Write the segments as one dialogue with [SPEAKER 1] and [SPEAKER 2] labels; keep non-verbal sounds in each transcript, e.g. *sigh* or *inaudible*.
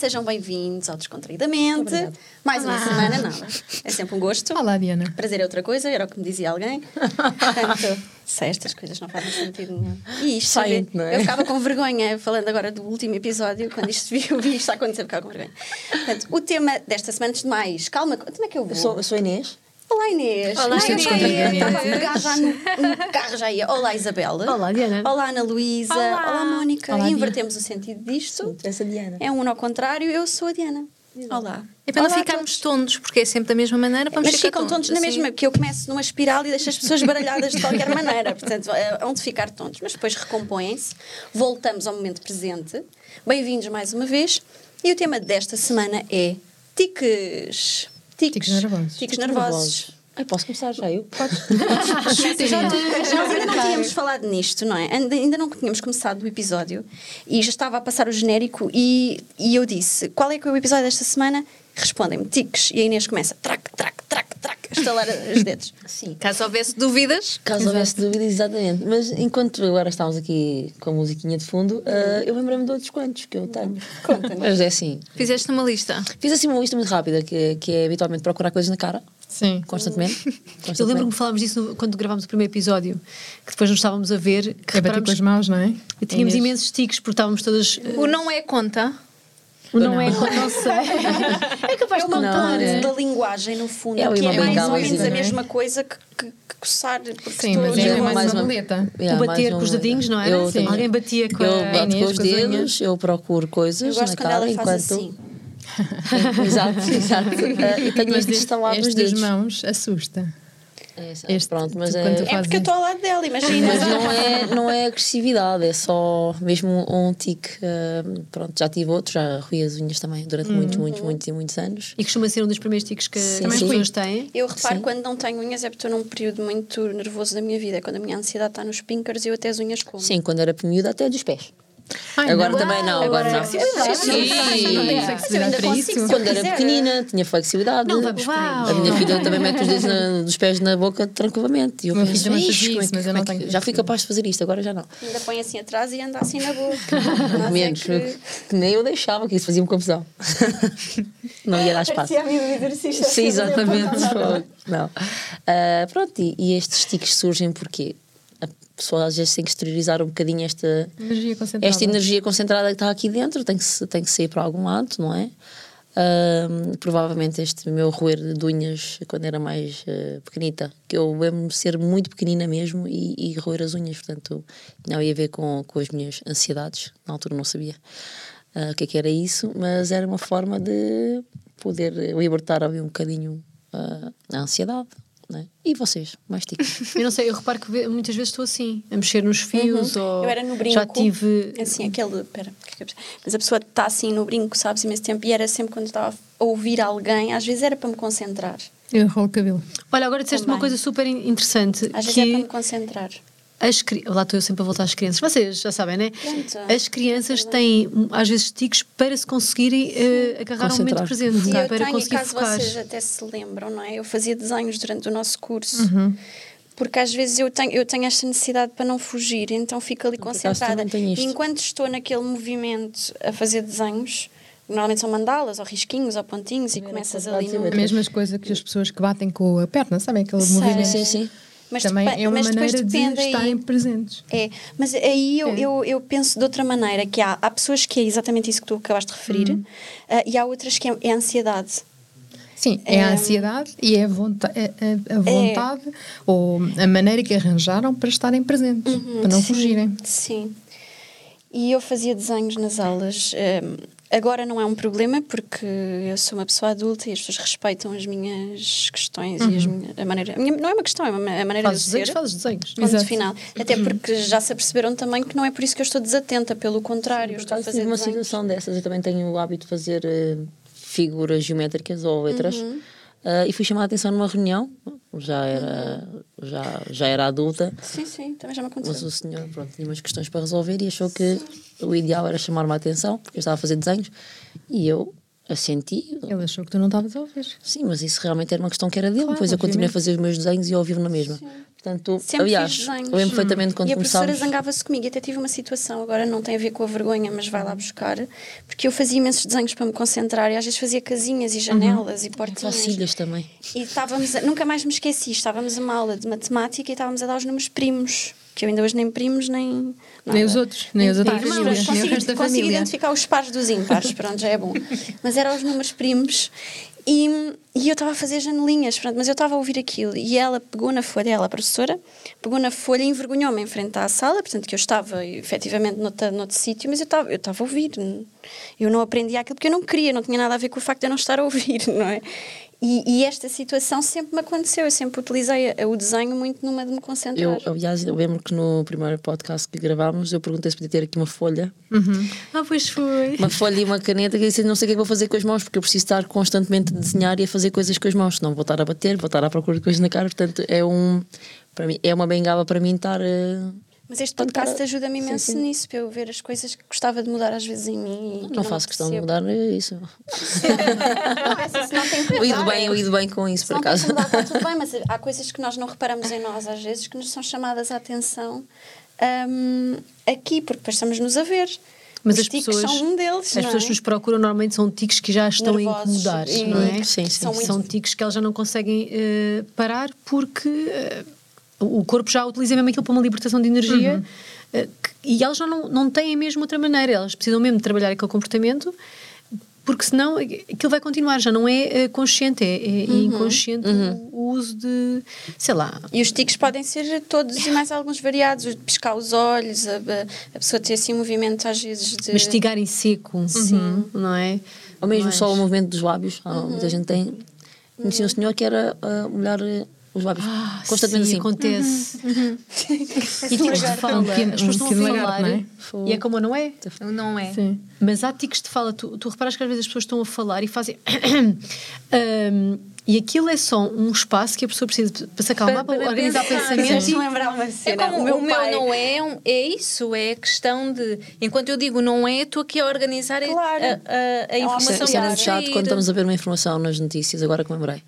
[SPEAKER 1] sejam bem-vindos ao Descontraídamente. Mais uma semana, não. É sempre um gosto.
[SPEAKER 2] Olá, Diana.
[SPEAKER 1] Prazer é outra coisa, era o que me dizia alguém. Portanto, se estas coisas não fazem sentido nenhum. E isto,
[SPEAKER 3] Saem,
[SPEAKER 1] sabe,
[SPEAKER 3] não é?
[SPEAKER 1] eu ficava com vergonha, falando agora do último episódio, quando isto vi, eu vi isto a acontecer, ficava com vergonha. Portanto, o tema desta semana, antes de mais, calma, como é que eu vou?
[SPEAKER 3] Eu sou, eu sou Inês.
[SPEAKER 1] Olá Inês.
[SPEAKER 4] Olá,
[SPEAKER 1] Ai,
[SPEAKER 4] Inês.
[SPEAKER 1] eu já ia. Estava
[SPEAKER 4] Inês.
[SPEAKER 1] a pegar já no, no carro, já ia. Olá Isabela.
[SPEAKER 2] Olá, Diana.
[SPEAKER 1] Olá Ana Luísa.
[SPEAKER 4] Olá.
[SPEAKER 1] Olá, Mónica. e
[SPEAKER 2] Olá, Diana.
[SPEAKER 1] invertemos o sentido disto.
[SPEAKER 3] Essa Diana.
[SPEAKER 1] É um ao contrário, eu sou a Diana. Olá.
[SPEAKER 4] É para não
[SPEAKER 1] Olá a
[SPEAKER 4] ficarmos tontos, porque é sempre da mesma maneira, vamos
[SPEAKER 1] Mas
[SPEAKER 4] ficar
[SPEAKER 1] ficam tontos na
[SPEAKER 4] assim.
[SPEAKER 1] mesma, porque eu começo numa espiral e deixo as pessoas baralhadas de *laughs* qualquer maneira. Portanto, eh, hão de ficar tontos. Mas depois recompõem-se, voltamos ao momento presente. Bem-vindos mais uma vez. E o tema desta semana é tiques. Tiques,
[SPEAKER 2] Tiques nervosos.
[SPEAKER 1] Tiques nervosos.
[SPEAKER 3] Ai, posso começar já? Eu? Podes.
[SPEAKER 4] assim.
[SPEAKER 1] Nós ainda não tínhamos falado nisto, não é? Ainda ainda não tínhamos começado o episódio e já estava a passar o genérico e, e eu disse: qual é que é o episódio desta semana? Respondem-me, tiques. E a Inês começa, trac, trac, trac, trac, a estalar os dedos.
[SPEAKER 3] Sim.
[SPEAKER 4] Caso houvesse dúvidas,
[SPEAKER 3] Caso houvesse dúvida, exatamente. Mas enquanto agora estávamos aqui com a musiquinha de fundo, ah, eu lembrei-me de outros quantos que eu tenho.
[SPEAKER 1] Conta-nos.
[SPEAKER 3] *laughs* Mas é assim.
[SPEAKER 4] fizeste uma lista.
[SPEAKER 3] Fiz assim uma lista muito rápida, que, que é habitualmente procurar coisas na cara,
[SPEAKER 2] Sim.
[SPEAKER 3] constantemente. constantemente.
[SPEAKER 5] Eu lembro-me que falámos disso no- quando gravámos o primeiro episódio, que depois nos estávamos a ver, que
[SPEAKER 2] É bater com
[SPEAKER 5] reparámos,
[SPEAKER 2] as mãos, não é?
[SPEAKER 5] que tínhamos
[SPEAKER 2] Inês.
[SPEAKER 5] imensos tiques porque estávamos todas. eh,
[SPEAKER 1] Hum.
[SPEAKER 4] O não é conta.
[SPEAKER 5] o não, *laughs* é, não sei. É capaz
[SPEAKER 1] É
[SPEAKER 5] de
[SPEAKER 1] uma
[SPEAKER 5] contar.
[SPEAKER 1] ponte da linguagem, no fundo,
[SPEAKER 3] É o
[SPEAKER 1] que é
[SPEAKER 3] imóvel
[SPEAKER 1] mais ou
[SPEAKER 3] legal,
[SPEAKER 1] menos
[SPEAKER 3] não
[SPEAKER 1] a
[SPEAKER 3] é?
[SPEAKER 1] mesma coisa que, que, que coçar. Porque
[SPEAKER 2] Sim,
[SPEAKER 1] tu-
[SPEAKER 2] mas
[SPEAKER 3] Eu
[SPEAKER 2] é
[SPEAKER 3] vou
[SPEAKER 2] mais
[SPEAKER 3] mais
[SPEAKER 2] uma
[SPEAKER 3] uma-
[SPEAKER 2] boleta.
[SPEAKER 3] Yeah, mais
[SPEAKER 5] o bater
[SPEAKER 3] uma
[SPEAKER 5] com os
[SPEAKER 3] maneira.
[SPEAKER 5] dedinho, não é?
[SPEAKER 3] Eu
[SPEAKER 5] Sim.
[SPEAKER 3] tenho-
[SPEAKER 5] Alguém batia com
[SPEAKER 3] eu
[SPEAKER 5] a
[SPEAKER 3] bato
[SPEAKER 2] Inês,
[SPEAKER 3] com os
[SPEAKER 2] com as
[SPEAKER 3] dedos,
[SPEAKER 2] unhas.
[SPEAKER 3] eu procuro coisas
[SPEAKER 1] Eu gosto
[SPEAKER 3] na
[SPEAKER 1] quando
[SPEAKER 3] cara
[SPEAKER 1] ela faz
[SPEAKER 3] enquanto.
[SPEAKER 1] assim.
[SPEAKER 3] *laughs* exato,
[SPEAKER 2] *laughs*
[SPEAKER 3] exato. Ah, e tenho isto instalado nos
[SPEAKER 2] Este
[SPEAKER 3] dedos.
[SPEAKER 2] das mãos assusta.
[SPEAKER 3] É, exato.
[SPEAKER 2] Este-
[SPEAKER 3] Pronto, mas
[SPEAKER 2] tu-
[SPEAKER 3] é-
[SPEAKER 2] quando
[SPEAKER 1] É
[SPEAKER 2] tu
[SPEAKER 1] porque
[SPEAKER 2] fazes.
[SPEAKER 1] eu estou ao lado dela, imagina.
[SPEAKER 3] Mas
[SPEAKER 2] *laughs*
[SPEAKER 3] não é, não é agressividade, é só mesmo um tique. hum, pronto, já tive outro, já roí as unhas também durante
[SPEAKER 2] Hum.
[SPEAKER 3] muitos, muitos, muitos e muitos anos.
[SPEAKER 5] E costuma ser um dos primeiros tiques que
[SPEAKER 3] Sim.
[SPEAKER 5] que as
[SPEAKER 3] Também
[SPEAKER 5] pessoas têm.
[SPEAKER 1] Eu reparo
[SPEAKER 3] Sim.
[SPEAKER 1] quando não tenho unhas é porque estou num período muito nervoso da minha vida. É Quando a minha ansiedade está nos pinkers e eu até as unhas como.
[SPEAKER 3] Sim, quando era miúda até dos pés.
[SPEAKER 2] Ai,
[SPEAKER 3] agora
[SPEAKER 2] não. é
[SPEAKER 3] também não, agora não.
[SPEAKER 1] Mas eu ainda
[SPEAKER 2] para isso?
[SPEAKER 1] consigo, se eu
[SPEAKER 3] Quando era
[SPEAKER 1] quiser.
[SPEAKER 3] pequenina, tinha flexibilidade.
[SPEAKER 5] Não vamos por aí.
[SPEAKER 4] Uau.
[SPEAKER 3] A minha filha também mete os dedos na- dos pés na boca tranquilamente. E eu
[SPEAKER 2] Meu
[SPEAKER 3] penso,
[SPEAKER 2] filho também
[SPEAKER 3] "Ixi,
[SPEAKER 2] fazia
[SPEAKER 3] como é
[SPEAKER 2] isso,
[SPEAKER 3] que-
[SPEAKER 2] mas eu
[SPEAKER 3] como é
[SPEAKER 2] não
[SPEAKER 3] que-
[SPEAKER 2] tenho
[SPEAKER 3] Já fui capaz de fazer isto, agora já não.
[SPEAKER 1] Ainda põe assim atrás e anda assim na
[SPEAKER 3] *laughs*
[SPEAKER 1] boca. Nós é
[SPEAKER 3] Menos,
[SPEAKER 1] que-
[SPEAKER 3] *laughs* que nem eu deixava, que isso fazia-me confusão. *laughs* não ia dar espaço.
[SPEAKER 1] Parecia a minha exercício.
[SPEAKER 3] Sim, exatamente. Não. Ah, pronto, e, e estes tiques surgem porque a pessoa às vezes tem que exteriorizar um bocadinho esta,
[SPEAKER 2] Energia concentrada.
[SPEAKER 3] esta energia concentrada que está aqui dentro, tem que, se- tem que sair para algum lado, não é? Ah, provavelmente este meu roer de unhas quando era mais ah, pequenita, que eu lembro-me de ser muito pequenina mesmo e, e roer as unhas, portanto, não ia ver com, com as minhas ansiedades, na altura não sabia ah, o que é que era isso, mas era uma forma de poder libertar ali um bocadinho ah, a ansiedade. não é? E vocês, mais ticos?
[SPEAKER 5] Eu não sei, eu reparo que ve- muitas vezes estou assim, a mexer nos fios ou.
[SPEAKER 1] Uhum. Eu era no brinco.
[SPEAKER 5] Já tive.
[SPEAKER 1] Assim, aquele. Pera, o que é que eu preciso? mas a pessoa está assim no brinco, sabes, imenso tempo. E era sempre quando estava a ouvir alguém, às vezes era para me concentrar.
[SPEAKER 2] Eu enrolo o cabelo.
[SPEAKER 5] Olha, agora disseste uma
[SPEAKER 1] Também.
[SPEAKER 5] coisa super in- interessante.
[SPEAKER 1] Às vezes
[SPEAKER 5] que...
[SPEAKER 1] é para me concentrar.
[SPEAKER 5] As cri... Lá estou eu sempre a voltar às crianças. Vocês já sabem, né?
[SPEAKER 1] Pronto. é
[SPEAKER 5] As crianças têm, hum, às vezes, tiques para se conseguirem eh, agarrar ao momento
[SPEAKER 3] Concentrar.
[SPEAKER 5] presente,
[SPEAKER 2] Uhum.
[SPEAKER 1] E eu
[SPEAKER 5] para
[SPEAKER 1] tenho, e
[SPEAKER 5] conseguir
[SPEAKER 1] caso
[SPEAKER 5] focar.
[SPEAKER 1] vocês até se lembram, não é? Eu fazia desenhos durante o nosso curso.
[SPEAKER 5] Uhum.
[SPEAKER 1] Porque às vezes eu tenho, eu tenho esta necessidade para não fugir, então fico ali
[SPEAKER 3] acaso
[SPEAKER 1] concentrada.
[SPEAKER 3] também tenho isto.
[SPEAKER 1] E enquanto estou naquele movimento a fazer desenhos, normalmente são mandalas, ou risquinhos, ou pontinhos, e começas ali no.
[SPEAKER 2] A mesma coisa que as pessoas que batem com a perna, sabem? Aquele
[SPEAKER 1] Sei.
[SPEAKER 2] movimento.
[SPEAKER 3] Sim, sim.
[SPEAKER 1] Mas,
[SPEAKER 2] também
[SPEAKER 1] depe-
[SPEAKER 2] é uma
[SPEAKER 1] mas depois
[SPEAKER 2] maneira de É.
[SPEAKER 1] depende aí.
[SPEAKER 2] estarem presentes.
[SPEAKER 1] É, mas aí eu, eu, eu penso de outra maneira, que há, há pessoas que é exatamente isso que tu acabaste de referir,
[SPEAKER 2] Uhum.
[SPEAKER 1] ah, e há outras que é, é ansiedade.
[SPEAKER 2] Sim, é
[SPEAKER 1] Hum.
[SPEAKER 2] a ansiedade e é a vonta- é- é- a vontade, ou a maneira que arranjaram para estarem presentes, para não fugirem.
[SPEAKER 1] Uhum. Sim. E eu fazia desenhos nas aulas. Hum, agora não é um problema porque eu sou uma pessoa adulta e as pessoas respeitam as minhas questões e as minha- a maneira. a minha- não é uma questão, é uma, ma- a maneira
[SPEAKER 5] Fazes
[SPEAKER 1] de eu
[SPEAKER 5] desenhos,
[SPEAKER 1] ser.
[SPEAKER 5] fazes desenhos.
[SPEAKER 1] Ponto
[SPEAKER 2] Exato.
[SPEAKER 1] final. Até porque já se aperceberam também que não é por isso que eu estou desatenta, pelo contrário, eu
[SPEAKER 3] Por
[SPEAKER 1] estou a
[SPEAKER 3] acaso
[SPEAKER 1] fazer
[SPEAKER 3] tive uma
[SPEAKER 1] desenhos.
[SPEAKER 3] situação dessas. Eu também tenho o hábito de fazer eh, figuras geométricas ou letras.
[SPEAKER 1] Uhum.
[SPEAKER 3] Eh, e fui chamada a atenção numa reunião. Já era, já, já era adulta.
[SPEAKER 1] Uhum. Sim, sim, também já me
[SPEAKER 3] Mas
[SPEAKER 1] aconteceu.
[SPEAKER 3] o senhor pronto, tinha umas questões para resolver e achou que o ideal era chamar-me a atenção, porque eu estava a fazer desenhos. E eu assenti.
[SPEAKER 2] Ele achou que tu não estavas a ouvir.
[SPEAKER 3] Sim, mas isso realmente era uma questão que era dele.
[SPEAKER 2] Claro,
[SPEAKER 3] Depois eu continuei a
[SPEAKER 2] obviamente.
[SPEAKER 3] fazer os meus desenhos e eu ouvi-o na mesma. Portanto,
[SPEAKER 1] Sempre
[SPEAKER 3] aliás,
[SPEAKER 1] fiz é desenhos. Hum.
[SPEAKER 3] lembro perfeitamente quando
[SPEAKER 1] e a professora
[SPEAKER 3] começámos.
[SPEAKER 1] zangava-se comigo. E até tive uma situação, agora não tem a ver com a vergonha, mas vai lá buscar, porque eu fazia imensos desenhos para me concentrar e às vezes fazia casinhas
[SPEAKER 3] Uhum.
[SPEAKER 1] e janelas
[SPEAKER 3] É
[SPEAKER 1] e portinhas.
[SPEAKER 3] Facilhas também.
[SPEAKER 1] E estávamos, a- nunca mais me esqueci, estávamos numa aula de matemática e estávamos a dar os números primos, que eu ainda hoje nem primos, nem. nada.
[SPEAKER 2] Nem os outros, nem os outros
[SPEAKER 1] pares.
[SPEAKER 2] famílias,
[SPEAKER 1] Mas
[SPEAKER 2] nem o
[SPEAKER 1] consigo-
[SPEAKER 2] resto da
[SPEAKER 1] consigo
[SPEAKER 2] família.
[SPEAKER 1] identificar os pares dos ímpares, pronto, já é bom. Mas eram os números primos e, e eu estava a fazer janelinhas, pronto, mas eu estava a ouvir aquilo e ela pegou na folha, ela, a professora, pegou na folha e envergonhou-me em frente à sala, portanto que eu estava efetivamente noutra- noutro sítio, mas eu estava, eu estava a ouvir. Eu não aprendi aquilo porque eu não queria, não tinha nada a ver com o facto de eu não estar a ouvir, *laughs* não é? E, e esta situação sempre me aconteceu, eu sempre utilizei a- o desenho muito numa de me concentrar.
[SPEAKER 3] Eu, aliás, eu lembro que no primeiro podcast que gravámos, eu perguntei se podia ter aqui uma folha,
[SPEAKER 5] Ah, pois foi.
[SPEAKER 3] uma folha e uma caneta, que eu disse não sei o que é que vou fazer com as mãos, porque eu preciso estar constantemente a desenhar e a fazer coisas com as mãos, senão vou estar a bater, vou estar à procura de coisas na cara, portanto é um. Para mim, é uma bengala para mim estar. eh,
[SPEAKER 1] Mas este
[SPEAKER 3] Portanto,
[SPEAKER 1] podcast
[SPEAKER 3] para-
[SPEAKER 1] ajuda-me
[SPEAKER 3] sim,
[SPEAKER 1] imenso
[SPEAKER 3] sim.
[SPEAKER 1] nisso, para eu ver as coisas que gostava de mudar às vezes em mim. e que
[SPEAKER 3] Não faço questão de
[SPEAKER 1] percebo.
[SPEAKER 3] mudar eh, isso.
[SPEAKER 1] Não, essa se não tem que
[SPEAKER 3] Eu lido
[SPEAKER 1] mudar,
[SPEAKER 3] bem,
[SPEAKER 1] é-
[SPEAKER 3] eu lido bem com isso,
[SPEAKER 1] se
[SPEAKER 3] por
[SPEAKER 1] não tem que
[SPEAKER 3] acaso.
[SPEAKER 1] mudar, está tudo bem, mas há coisas que nós não reparamos em nós às vezes que nos são chamadas à atenção hum, aqui, porque depois estamos-nos a ver.
[SPEAKER 5] Mas
[SPEAKER 1] Os
[SPEAKER 5] as
[SPEAKER 1] tiques
[SPEAKER 5] pessoas,
[SPEAKER 1] são um deles.
[SPEAKER 5] as
[SPEAKER 1] não
[SPEAKER 5] pessoas
[SPEAKER 1] é?
[SPEAKER 5] que nos procuram normalmente são tiques que já estão a
[SPEAKER 1] Nervosos
[SPEAKER 5] incomodar,
[SPEAKER 1] e-
[SPEAKER 5] não é?
[SPEAKER 3] Sim, sim.
[SPEAKER 5] São,
[SPEAKER 1] São muito-
[SPEAKER 5] tiques que elas já não conseguem eh, parar porque eh, o corpo já utiliza mesmo aquilo para uma libertação de energia
[SPEAKER 1] Uhum.
[SPEAKER 5] eh, que- e elas já não, não têm mesmo outra maneira, elas precisam mesmo de trabalhar aquele comportamento porque senão eh, aquilo vai continuar, já não é eh, consciente, é, é
[SPEAKER 1] Uhum.
[SPEAKER 5] inconsciente o o uso de, sei lá,
[SPEAKER 1] E os tiques podem ser todos e mais alguns variados: o de piscar os olhos, a, a pessoa ter assim um movimento às vezes de. Hum.
[SPEAKER 5] mastigar em
[SPEAKER 1] Uhum.
[SPEAKER 5] seco, um não é?
[SPEAKER 3] Ou mesmo
[SPEAKER 5] Mas-
[SPEAKER 3] só o movimento dos lábios. Há Muita gente tem. Conheci um senhor que era ah, molhar eh, os lábios
[SPEAKER 5] Ah,
[SPEAKER 3] constantemente
[SPEAKER 5] sim,
[SPEAKER 3] assim.
[SPEAKER 5] acontece. Uhum.
[SPEAKER 1] Parece
[SPEAKER 5] E
[SPEAKER 1] um
[SPEAKER 5] tipos de
[SPEAKER 1] lagarto.
[SPEAKER 5] fala.
[SPEAKER 2] Um pequeno-
[SPEAKER 5] As pessoas
[SPEAKER 2] um
[SPEAKER 5] estão a
[SPEAKER 2] pequeno
[SPEAKER 5] falar,
[SPEAKER 2] lagarto, não é?
[SPEAKER 5] E é como não é?
[SPEAKER 4] Não é.
[SPEAKER 2] Sim.
[SPEAKER 5] Mas há tiques de fala. Tu, tu reparas que às vezes as pessoas estão a falar e fazem. *coughs* Ahm, e aquilo é só um espaço que a pessoa precisa de- para se acalmar, para,
[SPEAKER 4] Para- para
[SPEAKER 5] organizar
[SPEAKER 4] pensar.
[SPEAKER 5] pensamentos.
[SPEAKER 1] Fez-me lembrar uma
[SPEAKER 4] É
[SPEAKER 1] cena.
[SPEAKER 4] como o meu, não é, um- é isso, é questão de. Enquanto eu digo não é, estou aqui a organizar a-
[SPEAKER 1] Claro.
[SPEAKER 4] a, a- a
[SPEAKER 1] É uma
[SPEAKER 4] informação
[SPEAKER 1] opção
[SPEAKER 3] Isso
[SPEAKER 4] que
[SPEAKER 3] era
[SPEAKER 1] de
[SPEAKER 4] vai
[SPEAKER 3] muito chato
[SPEAKER 4] sair.
[SPEAKER 3] quando estamos a ver uma informação nas notícias, agora que me lembrei.